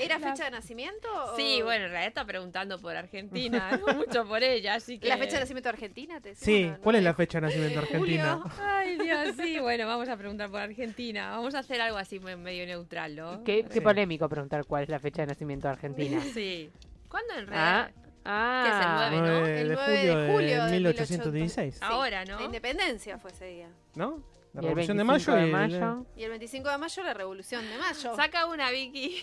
Speaker 2: ¿Era fecha de nacimiento? o-
Speaker 13: Sí, bueno, en realidad está preguntando por Argentina, no mucho por ella, así que
Speaker 2: ¿La fecha de nacimiento de Argentina? Te decimos,
Speaker 4: Eh, Sí,
Speaker 2: no, no
Speaker 4: ¿cuál es
Speaker 2: de
Speaker 4: la fecha de nacimiento argentina?
Speaker 13: Ay, Dios, sí, bueno, vamos a preguntar por Argentina. Vamos a hacer algo así me- medio neutral, ¿no?
Speaker 3: Qué, qué
Speaker 4: Sí.
Speaker 3: polémico preguntar cuál es la fecha de nacimiento de Argentina.
Speaker 13: Sí. ¿Cuándo en
Speaker 3: Ah,
Speaker 13: realidad?
Speaker 3: ah.
Speaker 13: ¿no?
Speaker 4: 9
Speaker 2: El
Speaker 4: de
Speaker 2: 9 de
Speaker 4: julio de,
Speaker 2: julio de
Speaker 4: 1816.
Speaker 13: Ahora,
Speaker 2: La
Speaker 13: ¿no?
Speaker 2: independencia fue ese día.
Speaker 4: ¿No? La
Speaker 3: Y el
Speaker 4: Revolución de
Speaker 3: 25
Speaker 4: Mayo.
Speaker 3: de
Speaker 4: y el-
Speaker 3: mayo.
Speaker 2: Y el 25 de mayo la revolución de mayo.
Speaker 13: Saca una, Vicky.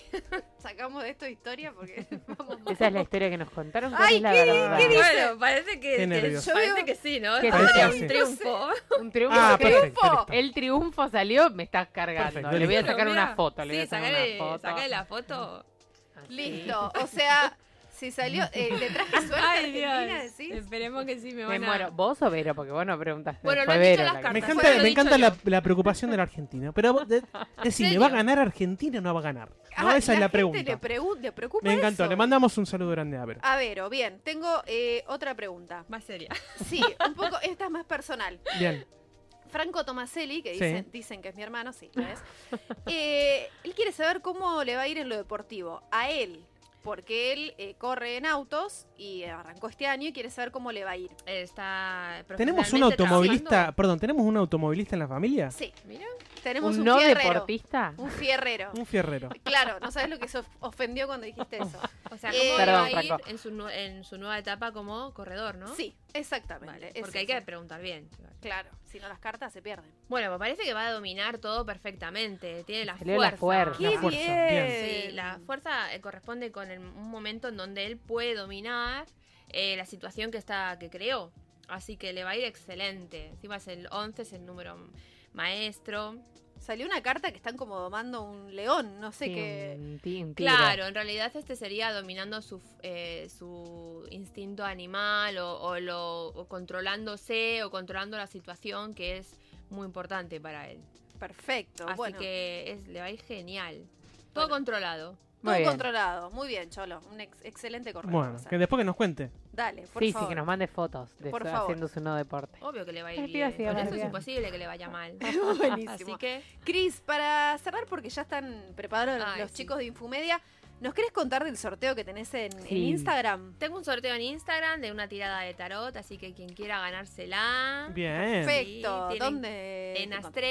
Speaker 2: Sacamos de esto historia porque vamos mal.
Speaker 3: Esa es la historia que nos contaron. ¿cuál
Speaker 2: Ay,
Speaker 3: es la
Speaker 2: ¿qué-
Speaker 3: verdad?
Speaker 2: qué dice?
Speaker 13: Bueno, parece que,
Speaker 4: Qué
Speaker 13: que-
Speaker 4: nervios.
Speaker 13: parece que sí, ¿no?
Speaker 3: Que
Speaker 13: Ahora
Speaker 4: sí,
Speaker 13: es
Speaker 4: sí.
Speaker 13: un triunfo.
Speaker 3: Un triunfo.
Speaker 4: Ah,
Speaker 3: ¿Qué?
Speaker 4: perfecto. perfecto.
Speaker 3: El triunfo salió, me estás cargando.
Speaker 4: Perfecto,
Speaker 3: le voy a
Speaker 4: listo.
Speaker 3: sacar una
Speaker 13: Mira,
Speaker 3: foto. Le voy a
Speaker 13: Sí,
Speaker 3: sacar
Speaker 13: sacale,
Speaker 3: una foto.
Speaker 13: sacale la foto.
Speaker 2: Listo. O sea, si salió, eh, le traje suerte a
Speaker 13: Ay,
Speaker 2: Argentina,
Speaker 13: Dios.
Speaker 2: decís.
Speaker 13: Esperemos que sí me
Speaker 3: Me
Speaker 13: van
Speaker 3: muero.
Speaker 13: a...
Speaker 3: ¿Vos o Vero? Porque vos no preguntaste.
Speaker 13: Bueno,
Speaker 3: fue
Speaker 13: lo han dicho
Speaker 3: Vero
Speaker 13: las
Speaker 3: la que-
Speaker 4: Me
Speaker 13: cartas.
Speaker 4: encanta,
Speaker 13: Bueno,
Speaker 4: me
Speaker 13: lo
Speaker 4: encanta
Speaker 13: dicho
Speaker 4: la,
Speaker 13: yo.
Speaker 4: la preocupación de la Argentina. Pero vos, de- decime,
Speaker 13: serio?
Speaker 4: ¿va a ganar Argentina o no va a ganar? No,
Speaker 2: Ah,
Speaker 4: esa es la
Speaker 2: gente Le,
Speaker 4: pregunta.
Speaker 2: pregu- le preocupa
Speaker 4: Me encantó.
Speaker 2: eso.
Speaker 4: Le mandamos un saludo grande a ver.
Speaker 2: A ver, o bien, tengo eh, otra pregunta.
Speaker 13: Más seria.
Speaker 2: Sí, un poco, esta es más personal.
Speaker 4: Bien.
Speaker 2: Franco Tomaselli, que
Speaker 4: Sí.
Speaker 2: dicen, dicen que es mi hermano, sí, lo es. Eh, él quiere saber cómo le va a ir en lo deportivo. A él, porque él eh, corre en autos y arrancó este año y quiere saber cómo le va a ir.
Speaker 13: Está
Speaker 4: ¿Tenemos un automovilista, perdón, tenemos un automovilista en la familia?
Speaker 2: Sí, Tenemos
Speaker 3: ¿Un
Speaker 2: un,
Speaker 3: no
Speaker 2: fierrero.
Speaker 3: deportista?
Speaker 2: Un fierrero.
Speaker 4: Un fierrero.
Speaker 2: Claro, no sabes lo que se of- ofendió cuando dijiste eso.
Speaker 13: O sea,
Speaker 2: Eh,
Speaker 13: ¿cómo
Speaker 3: Perdón,
Speaker 13: va a ir
Speaker 3: Franco.
Speaker 13: en su, nu- en su nueva etapa como corredor, no?
Speaker 2: Sí, exactamente.
Speaker 13: Vale,
Speaker 2: es
Speaker 13: porque hay
Speaker 2: eso.
Speaker 13: que preguntar bien.
Speaker 2: Claro, si no las cartas se pierden.
Speaker 13: Bueno, pues parece que va a dominar todo perfectamente. Tiene la
Speaker 3: Se le dio
Speaker 13: fuerza.
Speaker 3: la fuerza.
Speaker 2: ¡Qué
Speaker 3: La fuerza,
Speaker 2: bien!
Speaker 13: Sí, la fuerza eh, corresponde con el- un momento en donde él puede dominar eh, la situación que está que creó. Así que le va a ir excelente. Encima es el 11, es el número maestro.
Speaker 2: Salió una carta que están como domando un león, no sé
Speaker 3: Sí,
Speaker 2: qué.
Speaker 3: un ti- un tigre.
Speaker 13: Claro, en realidad este sería dominando su, f- eh, su instinto animal o, o lo, o controlándose o controlando la situación que es muy importante para él.
Speaker 2: Perfecto,
Speaker 13: Así
Speaker 2: bueno.
Speaker 13: que es- le va a ir genial. Todo controlado.
Speaker 2: Todo
Speaker 3: Muy bien.
Speaker 2: controlado. Muy bien, Cholo. Un ex- excelente correo.
Speaker 4: Bueno,
Speaker 2: Gonzalo.
Speaker 4: que después que nos cuente.
Speaker 2: Dale, por
Speaker 3: Sí, sí,
Speaker 2: favor.
Speaker 3: que nos mande fotos de
Speaker 2: Por
Speaker 3: su-
Speaker 2: favor.
Speaker 3: haciendo su no deporte.
Speaker 13: Obvio que le va a
Speaker 3: Ay,
Speaker 13: ir
Speaker 3: te iba a
Speaker 13: bien.
Speaker 3: decir,
Speaker 13: Con eso es
Speaker 3: Barbie.
Speaker 13: imposible que le vaya mal.
Speaker 2: Buenísimo.
Speaker 13: Así que
Speaker 2: Cris, para cerrar, porque ya están preparados
Speaker 13: Ay,
Speaker 2: los
Speaker 13: sí.
Speaker 2: chicos de Infomedia, ¿nos querés contar del sorteo que tenés en, en
Speaker 3: Sí.
Speaker 2: Instagram?
Speaker 13: tengo un sorteo en Instagram de una tirada de tarot, así que quien quiera ganársela.
Speaker 4: Bien.
Speaker 13: Fe-
Speaker 2: Perfecto.
Speaker 13: tienen-
Speaker 2: ¿Dónde?
Speaker 13: En
Speaker 2: te encontrás?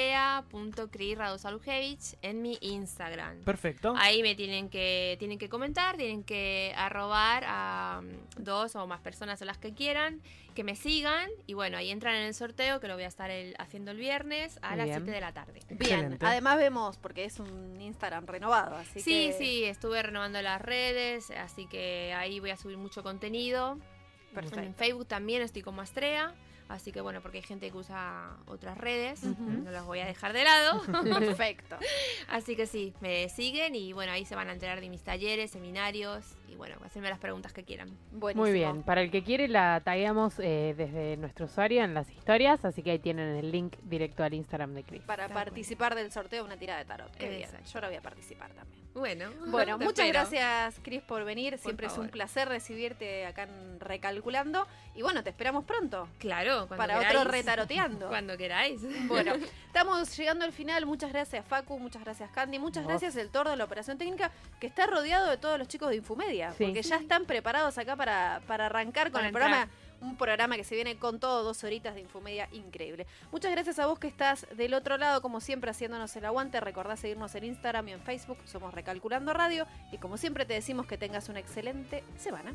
Speaker 13: astrea.crirradosalujevich en mi Instagram.
Speaker 4: Perfecto.
Speaker 13: Ahí me tienen que tienen que comentar, tienen que arrobar a mm, dos o más personas o las que quieran, que me sigan y bueno, ahí entran en el sorteo que lo voy a estar el- haciendo el viernes a
Speaker 3: Muy
Speaker 13: las
Speaker 3: bien.
Speaker 13: 7 de la tarde.
Speaker 2: Bien,
Speaker 4: Excelente.
Speaker 2: además vemos, porque es un Instagram renovado, así
Speaker 13: sí,
Speaker 2: que...
Speaker 13: sí, estuve renovando las redes, así que ahí voy a subir mucho contenido. En
Speaker 2: Perfecto.
Speaker 13: Facebook también estoy como Astrea, así que bueno, porque hay gente que usa otras redes,
Speaker 2: Ujú.
Speaker 13: no las voy a dejar de lado.
Speaker 2: Perfecto.
Speaker 13: Así que sí, me siguen y bueno, ahí se van a enterar de mis talleres, seminarios y bueno, hacerme las preguntas que quieran.
Speaker 2: Buenísimo.
Speaker 3: Muy bien, para el que quiere la tagueamos eh, desde nuestro usuario en las historias, así que ahí tienen el link directo al Instagram de Chris.
Speaker 2: Para
Speaker 13: Tal cual.
Speaker 2: participar del sorteo de una tirada de tarot. Qué bien.
Speaker 13: Exacto.
Speaker 2: Yo ahora voy a participar también.
Speaker 13: Bueno,
Speaker 2: Bueno,
Speaker 13: te
Speaker 2: muchas
Speaker 13: espero.
Speaker 2: gracias, Cris, por venir. Siempre es un
Speaker 13: favor.
Speaker 2: placer recibirte acá en Recalculando. Y bueno, te esperamos pronto
Speaker 13: Claro, cuando
Speaker 2: para
Speaker 13: queráis.
Speaker 2: otro retaroteando.
Speaker 13: Cuando queráis.
Speaker 2: Bueno, estamos llegando al final. Muchas gracias, Facu. Muchas gracias, Candy. Muchas
Speaker 3: Vos.
Speaker 2: gracias, el tordo de la operación técnica, que está rodeado de todos los chicos de Infumedia.
Speaker 3: Sí.
Speaker 2: Porque ya están preparados acá para, para arrancar con
Speaker 13: Para
Speaker 2: el programa. Un programa que se viene con todo, dos horitas de Infomedia increíble. Muchas gracias a vos que estás del otro lado, como siempre, haciéndonos el aguante. Recordá seguirnos en Instagram y en Facebook. Somos Recalculando Radio. Y como siempre, te decimos que tengas una excelente semana.